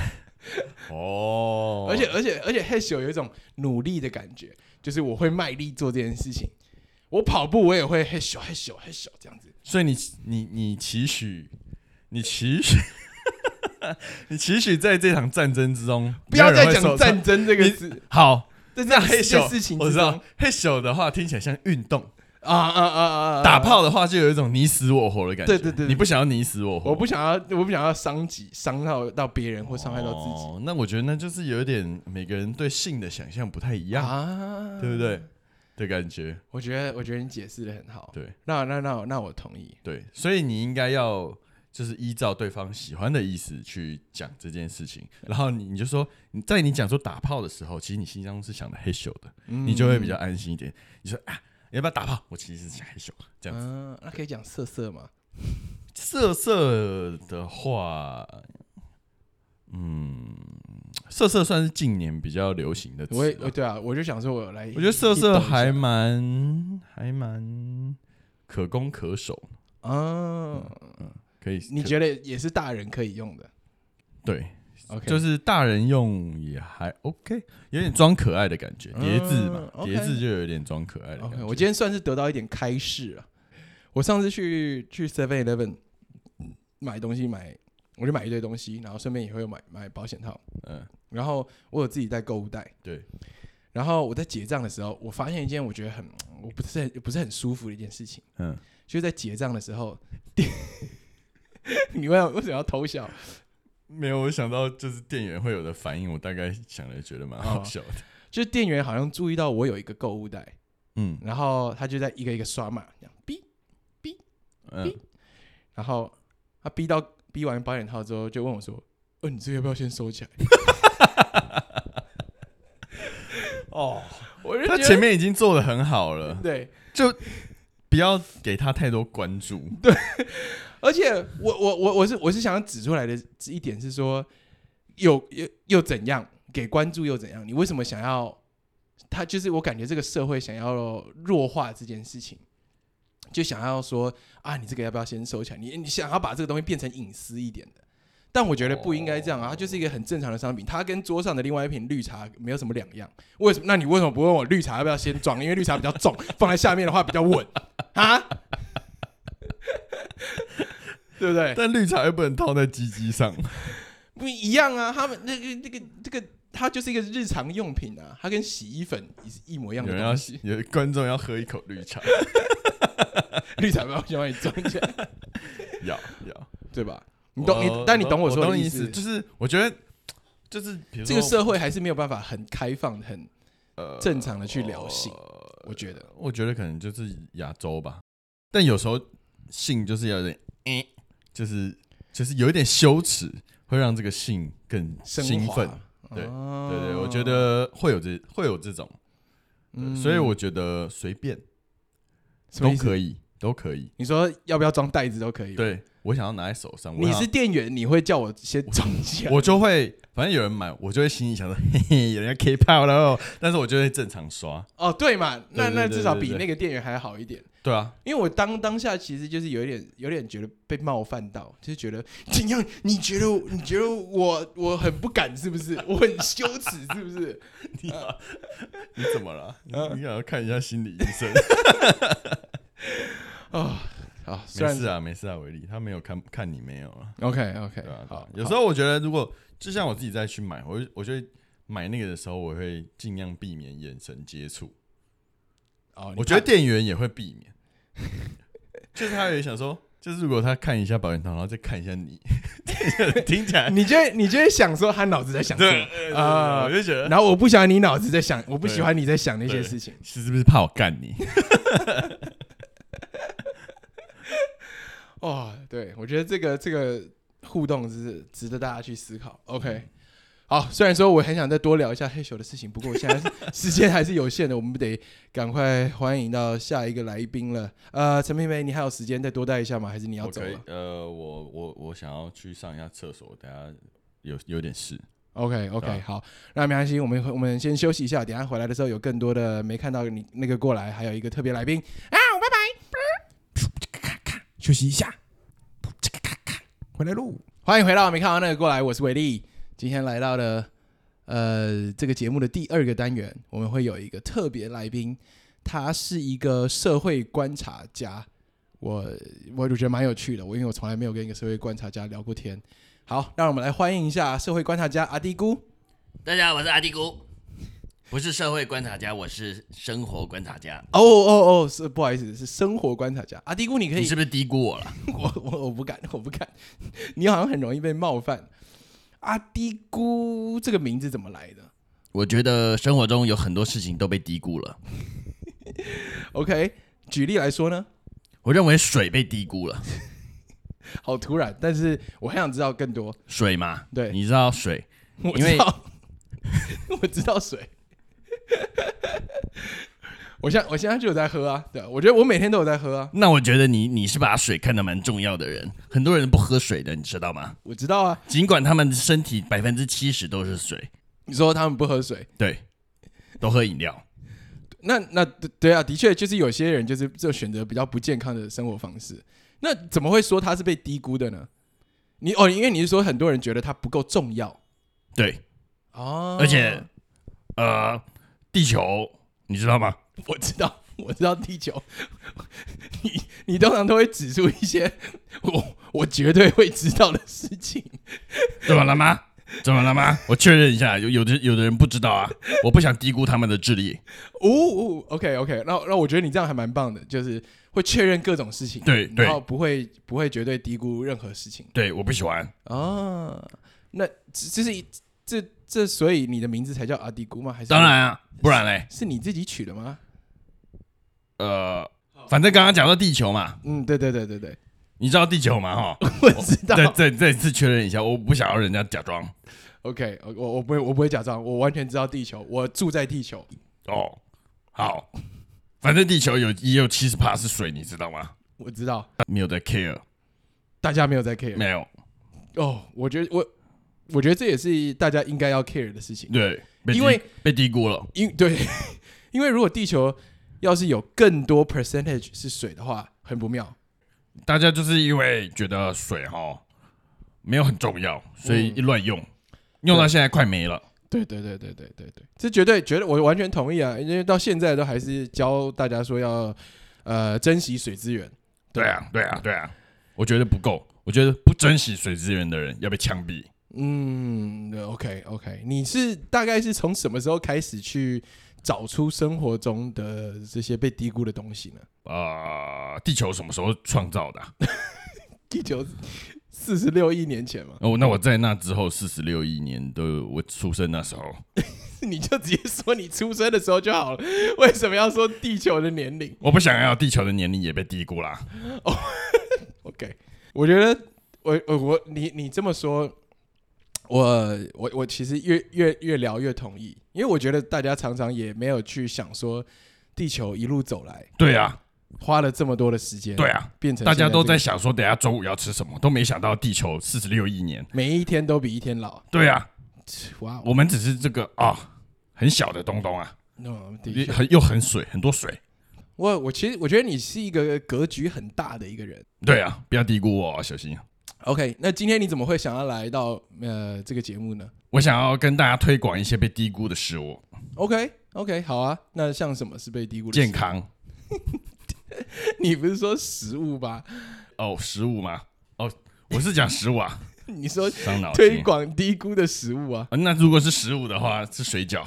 *laughs* 哦，
而且而且而且 Hash 有一种努力的感觉，就是我会卖力做这件事情。我跑步我也会 Hash Hash Hash 这样子，
所以你你你期许，你期许， *laughs* 你期许在这场战争之中，
不要再
没有人会
讲
受
战争这个
你
字，
好。
在
那
这
黑
这
手
件事情
我
之
知
中
道，黑手的话听起来像运动，
啊啊啊啊啊！
打，炮的话就有一种你死我活的感觉。
对对对对
你不想要你死我活，
我不想要，我不想要伤及伤到到别人或伤害到自己
哦。那我觉得那就是有一点每个人对性的想象不太一样，
啊，
对不对？？的感觉，
我觉得我觉得你解释的很好，
对
那那那那我同意。
对，所以你应该要就是依照对方喜欢的意思去讲这件事情，然后你你就说，你在你讲说打炮的时候，其实你心中是想的嘿咻的，
嗯
你就会比较安心一点。你说啊，你要不要打炮？我其实是想嘿咻，这样子。
嗯，那可以讲色色吗？
色色的话，嗯，色色算是近年比较流行的词吧。
我也呃对啊，我就想说，我来一，
我觉得色
一抖
色
一下
还蛮还蛮可攻可守，
啊，
可以。
你
可
觉得也是大人可以用的
对，
？OK，
就是是大人用也还 OK，有点装可爱的感觉，叠字嘛，
嗯
叠字
OK
就有点装可爱的感
OK。
觉。
我今天算是得到一点开示了。我上次去去 Seven Eleven 买东西买，我就买一堆东西，然后顺便也会买买保险套。
嗯，
然后我有自己带购物袋，
对，
然后我在结账的时候，我发现一件我觉得很我不是很不是很舒服的一件事情，
嗯，
就是在结账的时候，店 *laughs* 你为为什么要偷笑？
没有，我想到就是店员会有的反应，我大概想了，觉得蛮好
哦
笑的。
就是店员好像注意到我有一个购物袋，
嗯
然后他就在一个一个刷码，这样逼，
嗯，
然后他逼到逼完保险套之后，就问我说：“呃，你这个要不要先收起来
*laughs* 哦，？”
我就
他
觉
前
得
面已经做的很好了，
对，
不要给他太多关注。
而且我我我我是我是想要指出来的一点是说，有又又怎样给关注又怎样？你为什么想要？他就是我感觉这个社会想要弱化这件事情，就想要说啊，你这个要不要先收起来？你你想要把这个东西变成隐私一点的，但我觉得不应该这样啊。它就是一个很正常的商品，它跟桌上的另外一瓶绿茶没有什么两样。为什么？那你为什么不问我绿茶要不要先装？因为绿茶比较重，放在下面的话比较稳啊， *laughs* 对不对？
但绿茶又不能套在鸡鸡上，
不一样啊，他们那个那个这个，它就是一个日常用品啊，它跟洗衣粉一一模一
有
样的
人要
东西。 *laughs*
有观众要喝一口绿茶， *laughs*
绿茶包先帮你装起来，
要要。
*laughs* 对吧？你懂
我
你，但你懂
我
说
懂
的
你意
思。
就是我觉得，就是比如
这
说
个社会还是没有办法很开放、很
呃
正常的去聊性，
呃
我觉得。
我觉得可能就是亚洲吧，但有时候性就是要有点，诶，就是就是有一点羞耻，会让这个性更
升
兴
华啊嗯
奋。对对对，我觉得会有这会有这种，对所以我觉得随便都
以。
可以，都可以。
你说要不要装袋子都可以。，
对我想要拿在手上，我
你
想
是店员，你会叫我先装起来。
我就会，反正有人买，我就会心里想着，嘿嘿，有人要 K 炮了，哦但是我就会正常刷。
哦，对嘛，那
对对
那
对
至少
对
比
对
那个店员还好一点。
对啊，
因为我当当下其实就是有一点有点觉得被冒犯到，就是觉得 *laughs* 怎样？你觉得你觉得我我很不敢是不是？ *laughs* 我很羞耻是不是？
你 *laughs*
*laughs*
你怎么了？你
嗯
你想要看一下心理医生？
啊， *laughs* 虽
没
然
事啊，没事啊，维力，他没有看看你没有啊，
OK OK，、
对啊，对啊
哎好，
有时
候
候我觉得，如果就像我自己再去买，我就我就会买那个的时候，我会尽量避免眼神接触。
哦，
我觉得
得
店员也会避免， *laughs* 就是他也想说，就是如果他看一下保险套，然后再看一下你， *laughs* 听起
*laughs*
来
你就会你就会想说他脑子在想什
对
么，
啊，
啊
我就觉得
然后我不喜欢你脑子在想，我不喜欢你在想那些
对
事情。
是不是怕我干你？
哦，对，我觉得这个这个互动是值得大家去思考。OK，好，虽然说我很想再多聊一下黑咻的事情，不过现在是时间还是有限的，我们得赶快欢迎到下一个来宾了。呃，陈佩佩，你还有时间再多待一下吗？还是你要
我
走
可以
了
呃，我我我想要去上一下厕所，等下有有点事。
？OK OK，、
对啊
好，那没关系，我们我们先休息一下，等一下回来的时候有更多的没看到你那个过来，还有一个特别来宾。啊
休息一下，回来喽。
欢迎回到没看到那个过来，我是伟力。今天来到了呃这个节目的第二个单元，我们会有一个特别来宾，他是一个社会观察家。我我就觉得蛮有趣的，我因为我从来没有跟一个社会观察家聊过天。好，让我们来欢迎一下社会观察家阿迪姑。
大家好，我是阿迪姑，不是社会观察家，我是生活观察家。
哦哦哦，是不好意思，是生活观察家阿迪姑，你可
你
以
是不是低估我了？
我我我不敢，我不敢，你好像很容易被冒犯。阿迪姑这个名字怎么来的？
我觉得生活中有很多事情都被低估了。
OK，举例来说呢，
我认为水被低估了，
好突然，但是我很想知道更多。
水嘛，
对
你知道水，
我
因为
知道， *laughs* 我知道水。我现在我现在就有在喝啊，对，我觉得我每天都有在喝啊，
那我觉得你你是把水看得蛮重要的人。很多人不喝水的，你知道吗？
我知道啊。
尽管他们身体百分之七十都是水，
你说他们不喝水，
对，都喝饮料。
那那对对啊，的确就是有些人就是就选择比较不健康的生活方式。那怎么会说他是被低估的呢？你哦，因为你是说很多人觉得他不够重要
对，
哦，
而且呃，地球你知道吗？
我知道，我知道地球，你你通常都会指出一些我我绝对会知道的事情。
怎么了吗？怎么了吗？我确认一下，有有的有的人不知道啊，我不想低估他们的智力。
哦哦，OK OK，那那我觉得你这样还蛮棒的，就是会确认各种事情，
对对
然后不会不会绝对低估任何事情
对，我不喜欢。
啊。那这这是一这这，所以你的名字才叫阿迪姑吗？还是
当然啊，不然嘞，
是你自己取的吗？
呃，反正刚刚讲到地球嘛，
嗯，对对对对 *laughs* 对，
你知道地球吗？哈，
我知道。
再再再次确认一下，我不想要人家假装
OK，我我我不会我不会假装，我完全知道地球，我住在地球。
哦。好，反正地球有也有七十趴是水，你知道吗？
我知道
没有在 care，
大家没有在 care，
没有
哦，我觉得我，我觉得这也是大家应该要 care 的事情，
对，被低
因为
被低估了。
因 *laughs* 对，因为如果地球要是有更多 percentage 是水的话，很不妙。
大家就是因为觉得水哈没有很重要，所
嗯
以一乱用，用到现在快没了。
对对对对对对对，这绝对绝对，我完全同意啊！因为到现在都还是教大家说要呃珍惜水资源，
对啊，对啊，对啊，我觉得不够，我觉得不珍惜水资源的人要被枪毙。
嗯，OK OK，你是大概是从什么时候开始去找出生活中的这些被低估的东西呢？
啊！地球什么时候创造的啊、
地球四十六亿年前嘛，
哦，那我在那之后四十六亿年都有我出生那时候，
*laughs* 你就直接说你出生的时候就好了，为什么要说地球的年龄
我不想要地球的年龄也被低估啦。
？OK，我觉得我我我你你这么说，我我我其实越越越聊越同意，因为我觉得大家常常也没有去想说，地球一路走来
对啊，
花了这么多的时间，
对，啊，
变成
大家
现
都
这个
在想说等下周五要吃什么，都没想到地球四十六亿年。
每一天都比一天老，
对啊，
哇哦，
我们只是这个啊、很小的东东啊，
那的
也
确，
很又很水，很多水。
我我其实我觉得你是一个格局很大的一个人。
对啊，不要低估我哦，小心。
OK，那今天你怎么会想要来到呃这个节目呢？
我想要跟大家推广一些被低估的食物，
OK OK，好啊。那像什么是被低估的？
健，康。
*laughs* 你不是说食物吧？
哦，食物吗？哦，我是讲食物
*laughs*
啊，
你说
伤脑筋。
推广低估的食物啊？ *laughs*
啊那如果是食物的话，是水饺。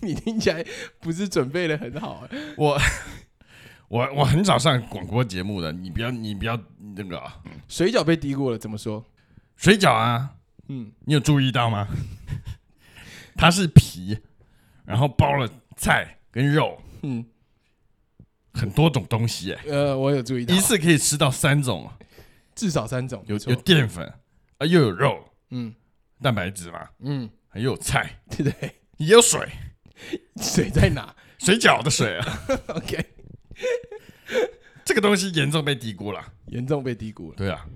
你听起来不是准备的很好、啊。
我 *laughs* 我我很少上广播节目的，你不要你不要那个啊
水饺被低估了，怎么说？
水饺啊，
嗯，
你有注意到吗？ *laughs* 它是皮，然后包了菜跟肉，
嗯，
很多种东西、欸，
呃，我有注意到
一，次可以吃到三种，
至少三种，
有
没错 *laughs*
有淀粉啊，又有肉，
嗯
蛋白质嘛，
嗯，
还有菜，
对不对？
也有水，
水在哪
水饺的水啊， *laughs*
？OK，
这个东西严重被低估了。
严重被低估了。
对啊，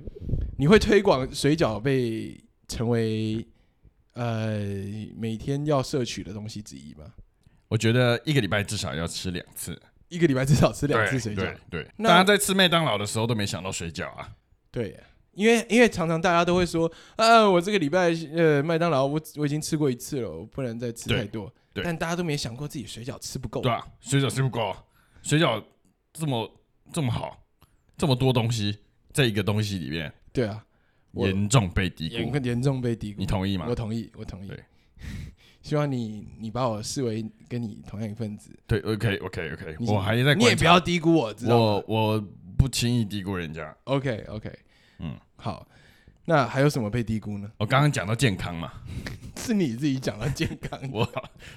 你会推广水饺被成为呃每天要摄取的东西之一吗？
我觉得一个礼拜至少要吃两次，
一个礼拜至少吃两
对
次水饺
对，对，
那
大家在吃麦当劳的时候都没想到水饺啊，
对，因为因为常常大家都会说，啊，我这个礼拜呃麦当劳我我已经吃过一次了，我不能再吃
对
太多。
对
但大家都没想过自己水饺吃不够，
对啊，水饺吃不够啊，水饺这么这么好，这么多东西在一个东西里面，
对啊，我
严重被低估，
严严重被低估。
你同意吗
我？同意，我同意
对。
希望你你把我视为跟你同样一份子，
对，OK OK OK，
你
我还在观
你
察，
也不要低估我，知道吗
我我不轻易低估人家。
？OK OK，
嗯，
好。那还有什么被低估呢？
我刚刚讲到健康嘛，
是你自己讲到健康，
我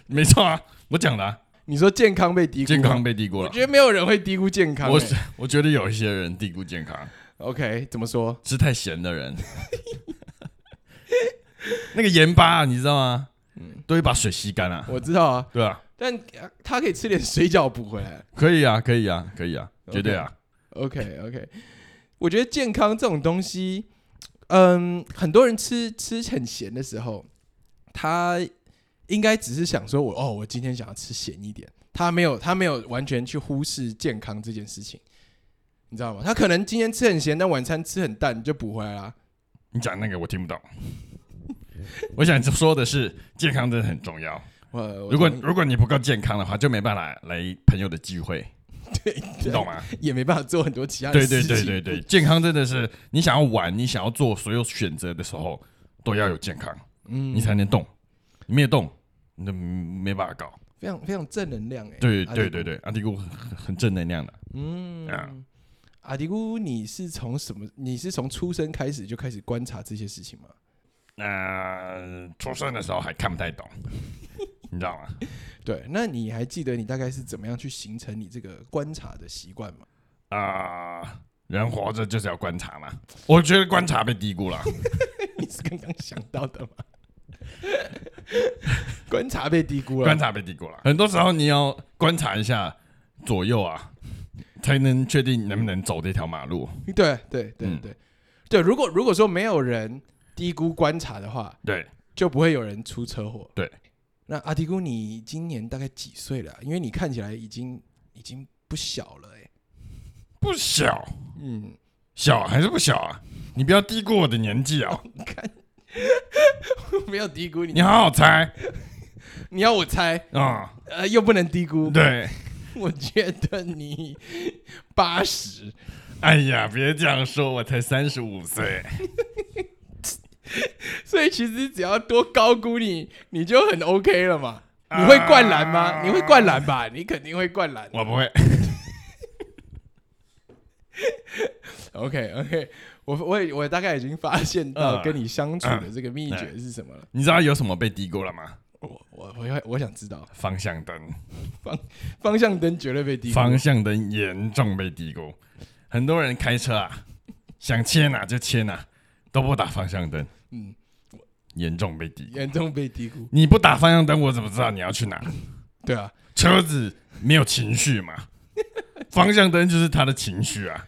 没错啊，我讲的、啊、
你说健康被低估，
健康，被低估
我
了
觉。得没有人会低估健康、
我
欸
我觉得有一些人低估健康，
OK，怎么说？
吃太咸的人， *laughs* 那个盐巴、啊、你知道吗？都会把水吸干啊，
我知道啊，
对啊，
但呃他可以吃点水饺补回来。 *laughs*
可以啊，可以啊，可以啊，绝对啊，
OK OK，我觉得健康这种东西，嗯，很多人吃吃很咸的时候，他应该只是想说我哦，我今天想要吃咸一点，他没有他没有完全去忽视健康这件事情，你知道吗？他可能今天吃很咸，但晚餐吃很淡就补回来啦。
你讲那个我听不懂。我想说的是，健康真的很重要。
我我
如果
同意
如果你不够健康的话，就没办法来来朋友的聚会，你懂吗？
*laughs* 也没办法做很多其他的
对
事
对
情，
对对对，健康真的是你想要玩，你想要做所有选择的时候，都要有健康，
嗯，
你才能动。你没有动，你就没办法搞。
非常非常正能量哎、
对
阿
啊对
迪
对对，阿迪姑很很很正能量的。啊
嗯，阿迪姑，你是从什么？你是从出生开始就开始观察这些事情吗？
那出生的时候还看不太懂，你知道吗？
对，那你还记得你大概是怎么样去形成你这个观察的习惯吗？ *laughs*
啊，人活着就是要观察嘛。我觉得观察被低估了，
你是刚刚想到的吗？ *laughs* 观察被低估了
观。察被低估了。很多时候你要观察一下左右啊，才能确定能不能走这条马路。
对对对
嗯
对、对，如果如果说没有人低估观察的话，
对，
就不会有人出车祸。
对，
那阿迪姑，你今年大概几岁了啊、因为你看起来已经已经不小了、欸，
不小。
*laughs* 嗯。
小还是不小啊？你不要低估我的年纪啊！
没有低估你，
你好好猜
你要我猜，
啊、
呃，又不能低估。
对，
*laughs* 我觉得你八十，
哎呀，别这样说，我才三十五岁。
所以其实只要多高估你，你就很 OK 了嘛。你会灌篮吗？
啊
你会灌篮吧？你肯定会灌篮。
我不会，
OK OK，我我也我大概已经发现
呃
到跟你相处的这个
嗯
秘诀是什么了。
你知道有什么被低估了吗？
我我我要我想知道，
方向灯，
方向灯绝对被低估。
方向灯严重被低估。很多人开车啊，想切哪就切哪，都不打方向灯，
嗯，
严重被低估。
严重被低估。
你不打方向灯，我怎么知道你要去哪？
对啊，
车子没有情绪嘛，方向灯就是他的情绪啊。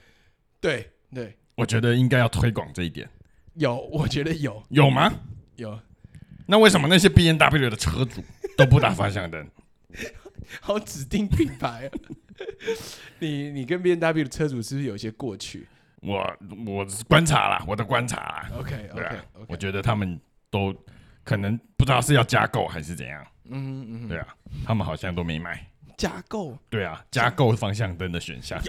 对对，
我觉得应该要推广这一点，
有，我觉得有
有吗？
有，
那为什么那些 B N W 的车主都不打方向灯？
好指定品 *laughs* 牌、啊。你你跟 B N W 的车主是不是有一些过去
我我观察啦，我的观察啦，
？OK
对
OK
啊，我
OK，
觉得他们都可能不知道是要加购还是怎样，
嗯嗯嗯，
对啊，他们好像都没买，
加购
对啊，加购方向灯的
*laughs*
选项，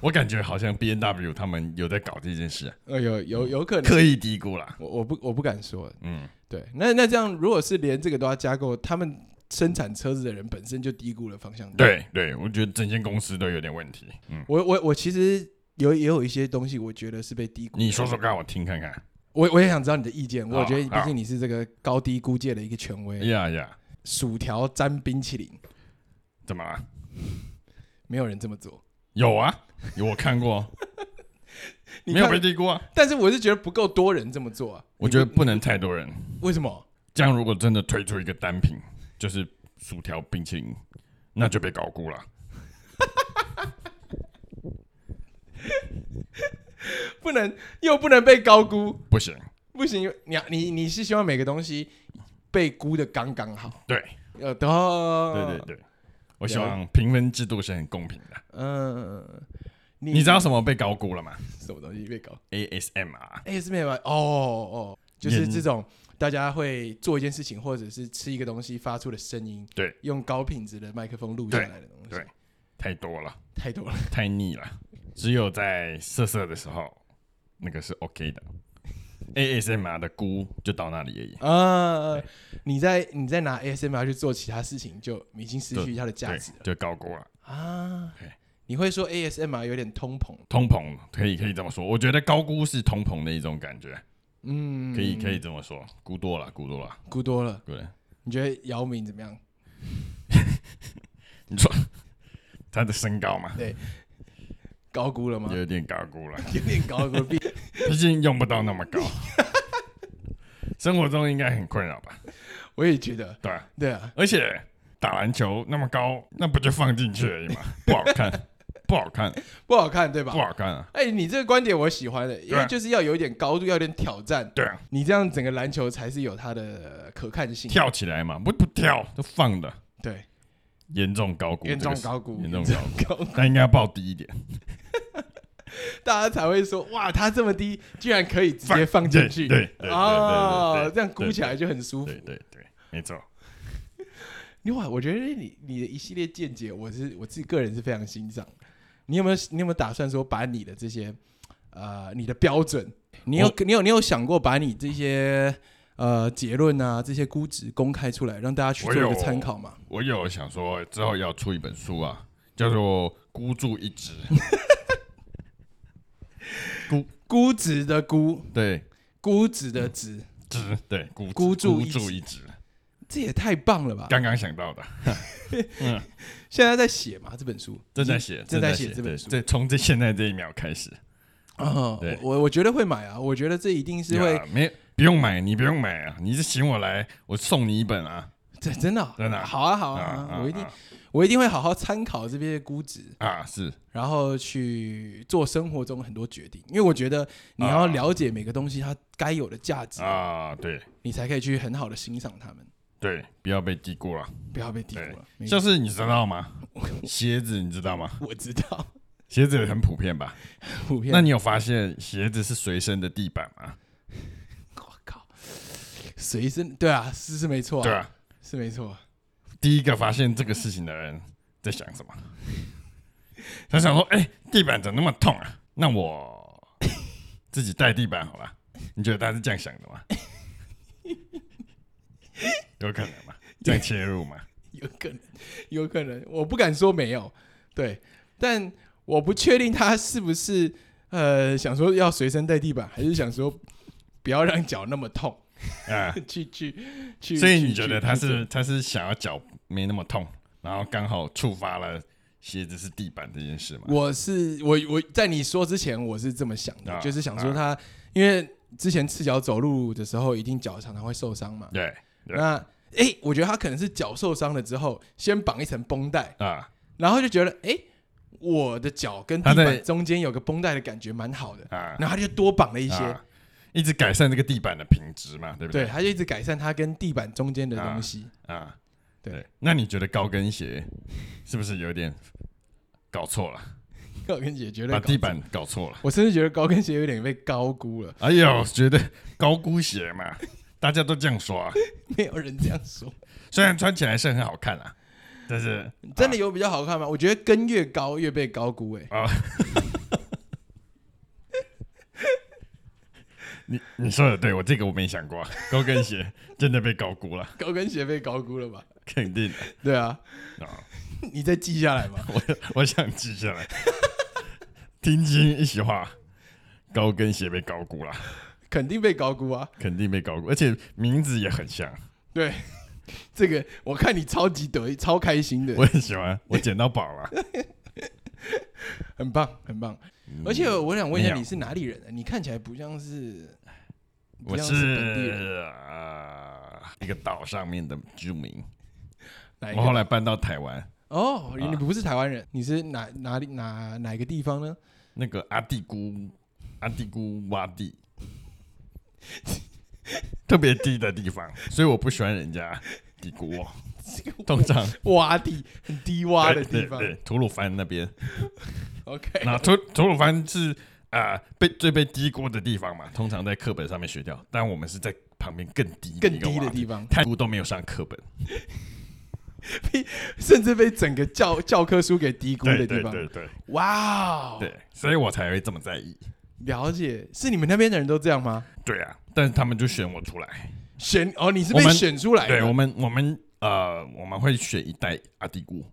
我感觉好像 B N W 他们有在搞这件事，
呃有有有可能，
刻意低估啦。
我我不我不敢说，
嗯，
对，那那这样如果是连这个都要加购，他们生产车子的人本身就低估了方向灯。，
对对，我觉得整间公司都有点问题。嗯，
我我我其实有也有一些东西，我觉得是被低估。
你说说，看，我听看看。
我我也想知道你的意见。
好
我觉得毕
好
竟你是这个高低估界的一个权威。
呀呀，
薯条沾冰淇淋，
怎么了？
没有人这么做。
有啊，有我看过啊，
*laughs* 你
没有
看
被低估啊。
但是我是觉得不够多人这么做啊。
我觉得不能太多人，
为什么？
这样如果真的推出一个单品，就是薯条冰淇淋，那就被搞估了。
不能又不能被高估，
不行，
不行。你要你你是希望每个东西被估的刚刚好？
对
呃，哦，
对对，
对，我希望评分制度是很公平的。
嗯、你
你知道什么被高估了吗
什么东西被高
？ASMR，
？ASMR 哦哦，就是
人
这种大家会做一件事情，或者是吃一个东西发出的声音，
对，
用高品质的麦克风录下来的东西，
对对太多了，
太多了。 *laughs*
太腻了。只有在色色的时候，那个是 OK 的。ASMR 的估就到那里而已。
啊，你在你在拿 ASMR 去做其他事情，就已经失去它的价
对
值了，
就高估了。
啊
对。
你会说 ASMR 有点通膨，
通膨可以可以这么说，我觉得高估是通膨的一种感觉，
嗯，
可以可以这么说，估多了估多了，
估多了。
对，
你觉得姚明怎么样？
他的身
*laughs*
高嘛，
高估了吗？
有点高估了，
*laughs* 有点高估，毕
毕竟用不到那么高， *laughs* 生活中应该很困扰吧？
我也觉得，
对啊，
对啊，
而且打篮球那么高，那不就放进去而已
*laughs*
嘛，不好看，不好看，
不好看，对吧
不？好看啊，
哎、你这个观点我喜欢的，因
对
为
啊
就是要有一点高度，要有点挑战，
对啊，
你这样整个篮球才是有它的可看性。
跳起来嘛，不不跳就放的，
对，
严重高估，
严重
哦这个是
高估
严重
高
高估，那应该要报低一点，
*laughs* 大家才会说哇，它这么低，居然可以直接放进去，
对对对对对对
哦
对，
这样鼓起来就很舒服
对。对对，没错。
你哇，我觉得你你的一系列见解，我是我自己个人是非常欣赏的。你有没有你有没有打算说把你的这些呃你的标准，你有你有你有想过把你这些呃结论啊这些估值公开出来，让大家去
我
做一个
有
参考嘛？
我有想说之后要出一本书啊，叫做《孤注一掷》。
估值的估，
对，
估值的值，
值对，孤
孤注
注
一掷
注一掷。
这也太棒了吧！
刚刚想到的，
现在在写嘛这本书，
正在写，
正在
在
写这本
对，
书
对，从这现在这一秒开始，
啊、
对
我我我觉得会买啊，我觉得这一定是会
呀没不用买，你不用买啊，你是请我来，我送你一本啊
真真的哦
真的啊
好啊好
啊
啊，好啊
啊
我一定我一定会好好参考这些估值。
啊！是
然后去做生活中很多决定，因为我觉得你要了解每个东西它该有的价值，
啊，对
你才可以去很好的欣赏它们，
对，不要被低估了。
不要被低估
对
了。没
就
错
是你知道吗？鞋子你知道吗？
*laughs* 我知道，
鞋子很普遍吧？
普遍。
那你有发现鞋子是随身的地板吗？
我靠，随身对啊，是是没错、
对，啊，
是没错。
第一个发现这个事情的人在想什么？ *laughs* 他想说：“哎、地板怎么那么痛啊？那我自己带地板好了。”你觉得他是这样想的吗？ *laughs* 有可能吗？这样切入吗？
有可能，有可能，我不敢说没有，对，但我不确定他是不是呃想说要随身带地板，还是想说不要让脚那么痛，
啊、
去去去。
所以
去
你觉得
去
他
去
是他是想要脚没那么痛，然后刚好触发了鞋子是地板这件事吗？
我是我我在你说之前，我是这么想的，
啊
就是想说他，因为之前赤脚走路的时候，一定脚常常会受伤嘛。
对对
那诶，我觉得他可能是脚受伤了之后，先绑一层绷带，
啊
然后就觉得诶，我的脚跟地
他在
板中间有个绷带的感觉蛮好的，
啊，
然后他就多绑了一些，
啊一直改善这个地板的品质嘛，对不
对，
对？
他就一直改善他跟地板中间的东西。
啊，
对
对。那你觉得高跟鞋是不是有点搞错了？
高跟鞋绝对
把
搞
地板搞错了？
我甚至觉得高跟鞋有点被高估了，
哎呦，觉得高估鞋嘛， *laughs* 大家都这样说啊。
没有人这样
*laughs*
说。
虽然穿起来是很好看啊，但是
真的有比较好看吗？我觉得跟越高越被高估、欸，
啊你你说的对，我这个我没想过啊，高跟鞋 *laughs* 真的被高估了，
高跟鞋被高估了吧？
肯定的
对啊，
啊。
你再记下来嘛。
我想记下来， *laughs* 听清一席话，高跟鞋被高估了，
肯定被高估啊。
肯定被高估，而且名字也很像。
对，这个我看你超级得意，超开心的，
我很喜欢，我捡到宝了。
很棒，很棒。
嗯
而且我想问一
没
下，
有
你是哪里人啊？你看起来不像是，不
我
像本地人。
是呃一个岛上面的居民，
哪一
我
个
后来搬到台湾，
哦，
啊
你不是台湾人，你是哪哪里哪哪个地方
*laughs*
呢？
那个阿蒂姑阿蒂 *laughs* 姑洼地，特别低的地方，所以我不喜欢人家低估我。通常
洼地，很低洼的
对
地方
对。对吐鲁番那边，
OK，
那吐吐鲁番是啊被最被低估的地方嘛，通常在课本上面学掉，但我们是在旁边更低
更低的
方，
地方，
泰国都没有上课本，
甚至被整个教教科书给低估
对
的地
对
方。
对对
哇哦，
对，所以我才会这么在意。
了解，是你们那边的人都这样吗？
对啊，但是他们就选我出来。
选哦，你是被
我们
选出来
对我
的，
们，我们呃，我们会选一代阿蒂姑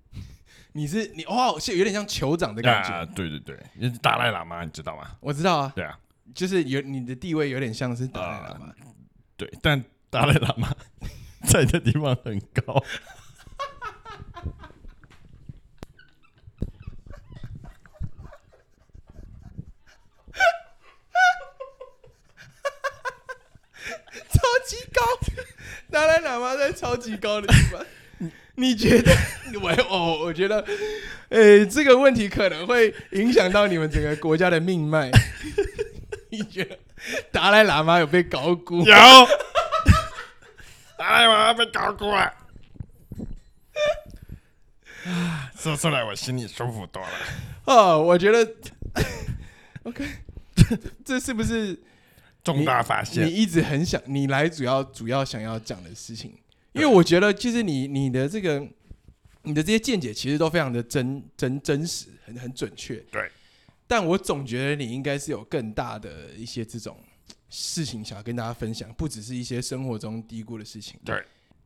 你是你哦，是有点像酋长的感
啊，
觉。
对对对，因为达赖喇嘛你知道吗？
我知道啊，
对啊，
就是有你的地位有点像是达赖喇嘛，
对，但达赖喇嘛 *laughs* 在的地方很高，
*laughs* 超级高，达赖喇嘛在超级高的地方。你觉得？ *laughs* 我哦，我觉得，呃，这个问题可能会影响到你们整个国家的命脉。 *laughs* 你觉得达赖喇嘛有被高估吗？
有 *laughs* 达赖喇嘛被搞过了。啊说出来我心里舒服多了。
哦，我觉得 *laughs* ，OK，这是不是
重大发
你
现，
一直很想你来主要主要想要讲的事情？因为我觉得其实你你的这个你的这些见解其实都非常的真真真实，很很准确。
对，
但我总觉得你应该是有更大的一些这种事情想要跟大家分享，不只是一些生活中低估的事情。
对，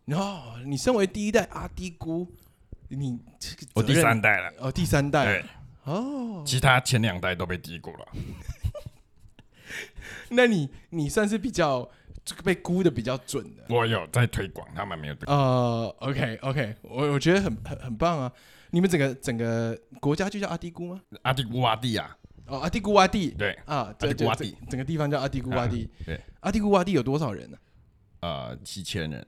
然后你身为第一代阿低估，你这个
我
责
第
任
三代了。
哦第三代
对
啊，哦，
其他前两代都被低估了，
那你你算是比较这个被估的比较准的。
我有在推广，他们没有推广。
呃，OK OK，我我觉得很很很棒啊！你们整个整个国家就叫阿低估吗？
阿蒂姑洼地啊，
哦，阿低估洼地
对，
啊，
阿
对
蒂啊
对整
古，瓦地
整个地方叫阿低估洼地。
对，
阿低估洼地有多少人呢、
呃，七千人，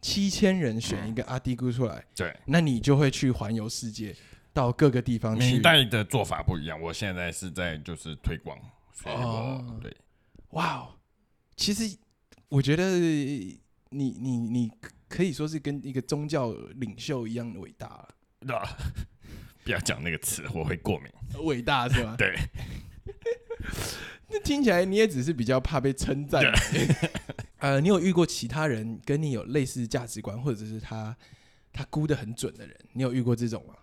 七千人选一个阿低估出来，
对，
那你就会去环游世界，到各个地方
每一
去。
代的做法不一样。我现在是在就是推广，所以我、
哦
对 *laughs*
哇哦，其实我觉得你你你可以说是跟一个宗教领袖一样的伟大了。
啊，不要讲那个词，我会过敏。
伟大是吗？
对。
*laughs* 那听起来你也只是比较怕被称赞。 *laughs* 呃，你有遇过其他人跟你有类似价值观，或者是他他估的很准的人，你有遇过这种吗？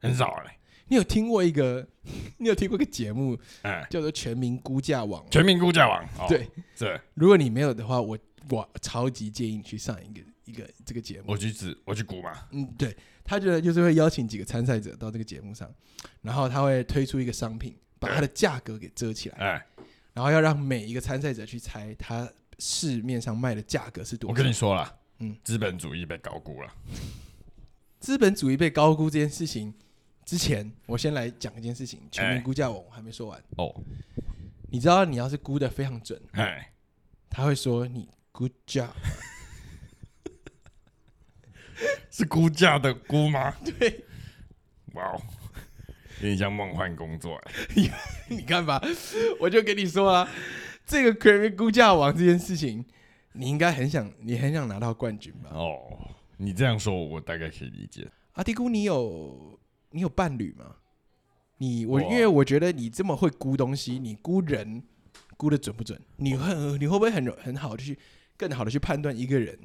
很少欸嘞、
你有听过一个， *laughs* 你有听过一个节目
嗯，
叫做《全民估价网》吗？
全民估价王，哦、
对，
是，
如果你没有的话，我我超级建议你去上一个一个这个节目。
我去指，我去估嘛，
嗯，对，他觉得就是会邀请几个参赛者到这个节目上，然后他会推出一个商品，把它的价格给遮起来。
哎，
然后要让每一个参赛者去猜他市面上卖的价格是多
我
少。
跟你说了，
嗯
嗯，资本主义被高估了，
资本主义被高估这件事情之前，我先来讲一件事情：
哎
全民估价网我还没说完。
哦，
你知道你要是估的非常准，
哎，
他会说你 good
*laughs*
job。
是估价的估 *laughs* 吗？
对，
哇哦，有点像梦幻工作、哎
你看吧，我就跟你说啊，这个全民估价网这件事情，你应该很想，你很想拿到冠军吧？
哦，你这样说，我大概可以理解。
阿迪姑，你有你有伴侣吗？你我
我
因为我觉得你这么会估东西，你估人估的准不准？你会你会不会很很好的去更好的去判断一个人？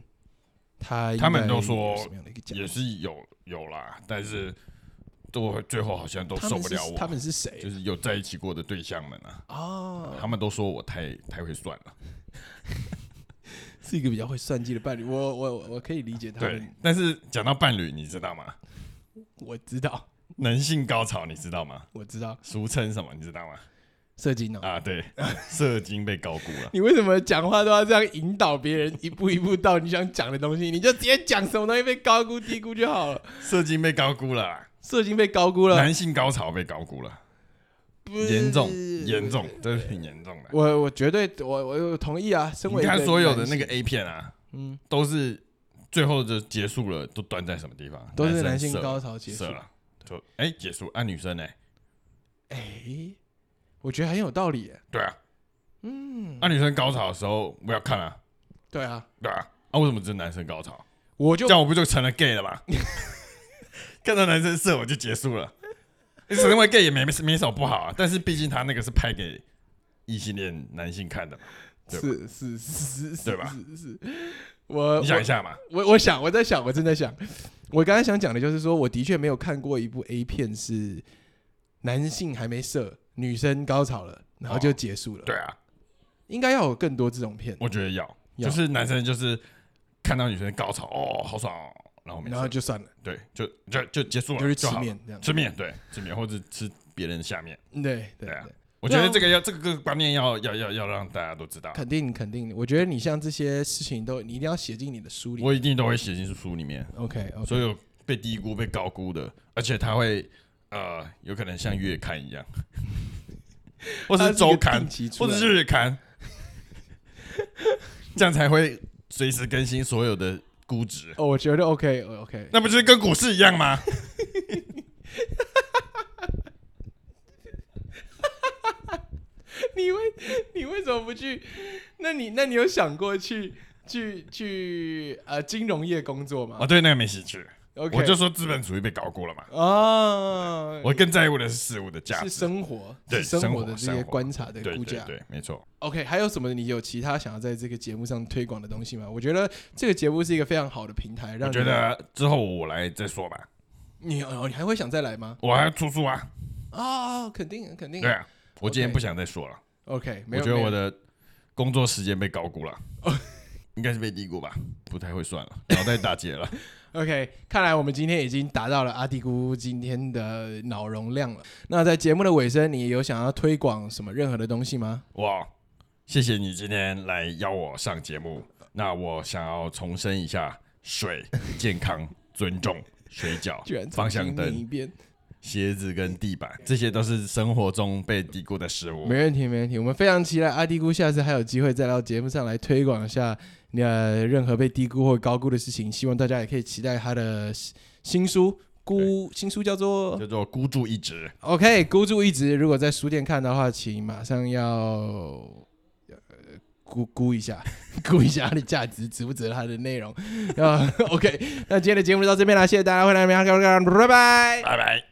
他应该
他们都说
有什么样的一个价值
也是有有啦，但是都最后好像都
他
受
们
不
是
了我，
他们是谁？
就是有在一起过的对象们啊，
哦，
他们都说我太太会算了，
是一个比较会算计的伴侣。我我我我可以理解他
对
们，。
但是讲到伴侣，你知道吗？
我知道，
男性高潮，你知道吗？
我知道，
俗称什么？你知道吗？
射精哦。*laughs*
啊，对，射精被高估了。
你为什么讲话都要这样引导别人一步一步到你想讲的东西？你就直接讲什么东西被高估、低估就好了。
射精被高估了，
射精被高估了，
男性高潮被高估了，
不
严重，严重，这是挺严重的。
我我绝对我我我同意啊。身为
你看
一
所有的
男
那
性
个 A 片啊，
嗯，
都是最后就结束了，都断在什么地方？
都是
男
男
生
性
射
高潮结束
射。了，就哎结束。啊，女生呢？
哎、我觉得很有道理耶。
对啊，
嗯，
啊，女生高潮的时候我要看啊，
对啊，
对啊，啊，为什么只是男生高潮？
我就
这样我不就成了 gay 了吗？ *laughs* 看到男生射我就结束了。成为 gay 也没没什么不好啊，但是毕竟他那个是拍给异性恋男性看的嘛，对吧
是是是是，
对吧？
是是，我
你想一下嘛，
我我想我在想，我正在想，我刚才想讲的就是说，我的确没有看过一部 A 片是男性还没射，女生高潮了，然后就结束了。
对，啊，
应该要有更多这种片，
我觉得要，
要
就是男生就是看到女生高潮，哦，好爽哦，然后没事，
然后就算了，
对，就就就结束了，
就是
就
吃
好了，
面这样。
吃面，对，吃面或者吃别人的下面，
对对对
对啊我觉
对
得
啊
这个要这个观念要要要要让大家都知道，
肯定肯定，我觉得你像这些事情都你一定要写进你的书里。
我一定都会写进书里面，
OK OK，
所有被低估、被高估的，而且他会呃，有可能像月刊
*laughs*
一样，或
它
是
是
周
一个
刊
定，期出
或
来的
者是日刊， *laughs* 这样才会随时更新所有的估值，
哦，我觉得 OK OK，
那不就是跟股市一
*laughs*
样吗？
*laughs* 你为你为什么不去？那你那你有想过去去去呃金融业工作吗
我哦对那个没兴趣，
？OK，
我就说资本主义被高估了嘛，
啊，
我更在乎的是事物的价
是
值。
生活，
对
是生
生
活
活
的这
生
些
活
观察的
对
估
对
价。
对，没错。
OK，还有什么你有其他想要在这个节目上推广的东西吗？我觉得这个节目是一个非常好的平台，让
我
你
觉得啊之后我来再说吧，
你哦，你还会想再来吗？
我还要出书啊。
啊，肯定肯定
对。啊，我今天
OK
不想再说了，
OK，没
我
有，
觉得
没有
我的工作时间被高
*laughs*
估了，应该是被低估吧，不太会算了，脑袋打结了。 *laughs*
OK，看来我们今天已经达到了阿迪姑今天的脑容量了。那在节目的尾声，你有想要推广什么任何的东西吗？
哇，谢谢你今天来邀我上节目，那我想要重申一下：水、健康、
*laughs*
尊重、水饺
居然、
方向
重新念一
灯、
遍，
鞋子跟地板，这些都是生活中被低估的食物。
没问题，没问题。我们非常期待阿迪姑下次还有机会再到节目上来推广一下呃任何被低估或高估的事情。希望大家也可以期待他的新新书。估新书叫做
叫做孤注一掷，
OK，孤注一掷。如果在书店看的话，请马上要呃估估一下， *laughs* 估一下它的价值值不值它的内容。啊、o k 那今天的节目就到这边了，谢谢大家，欢迎来，拜拜。
拜拜。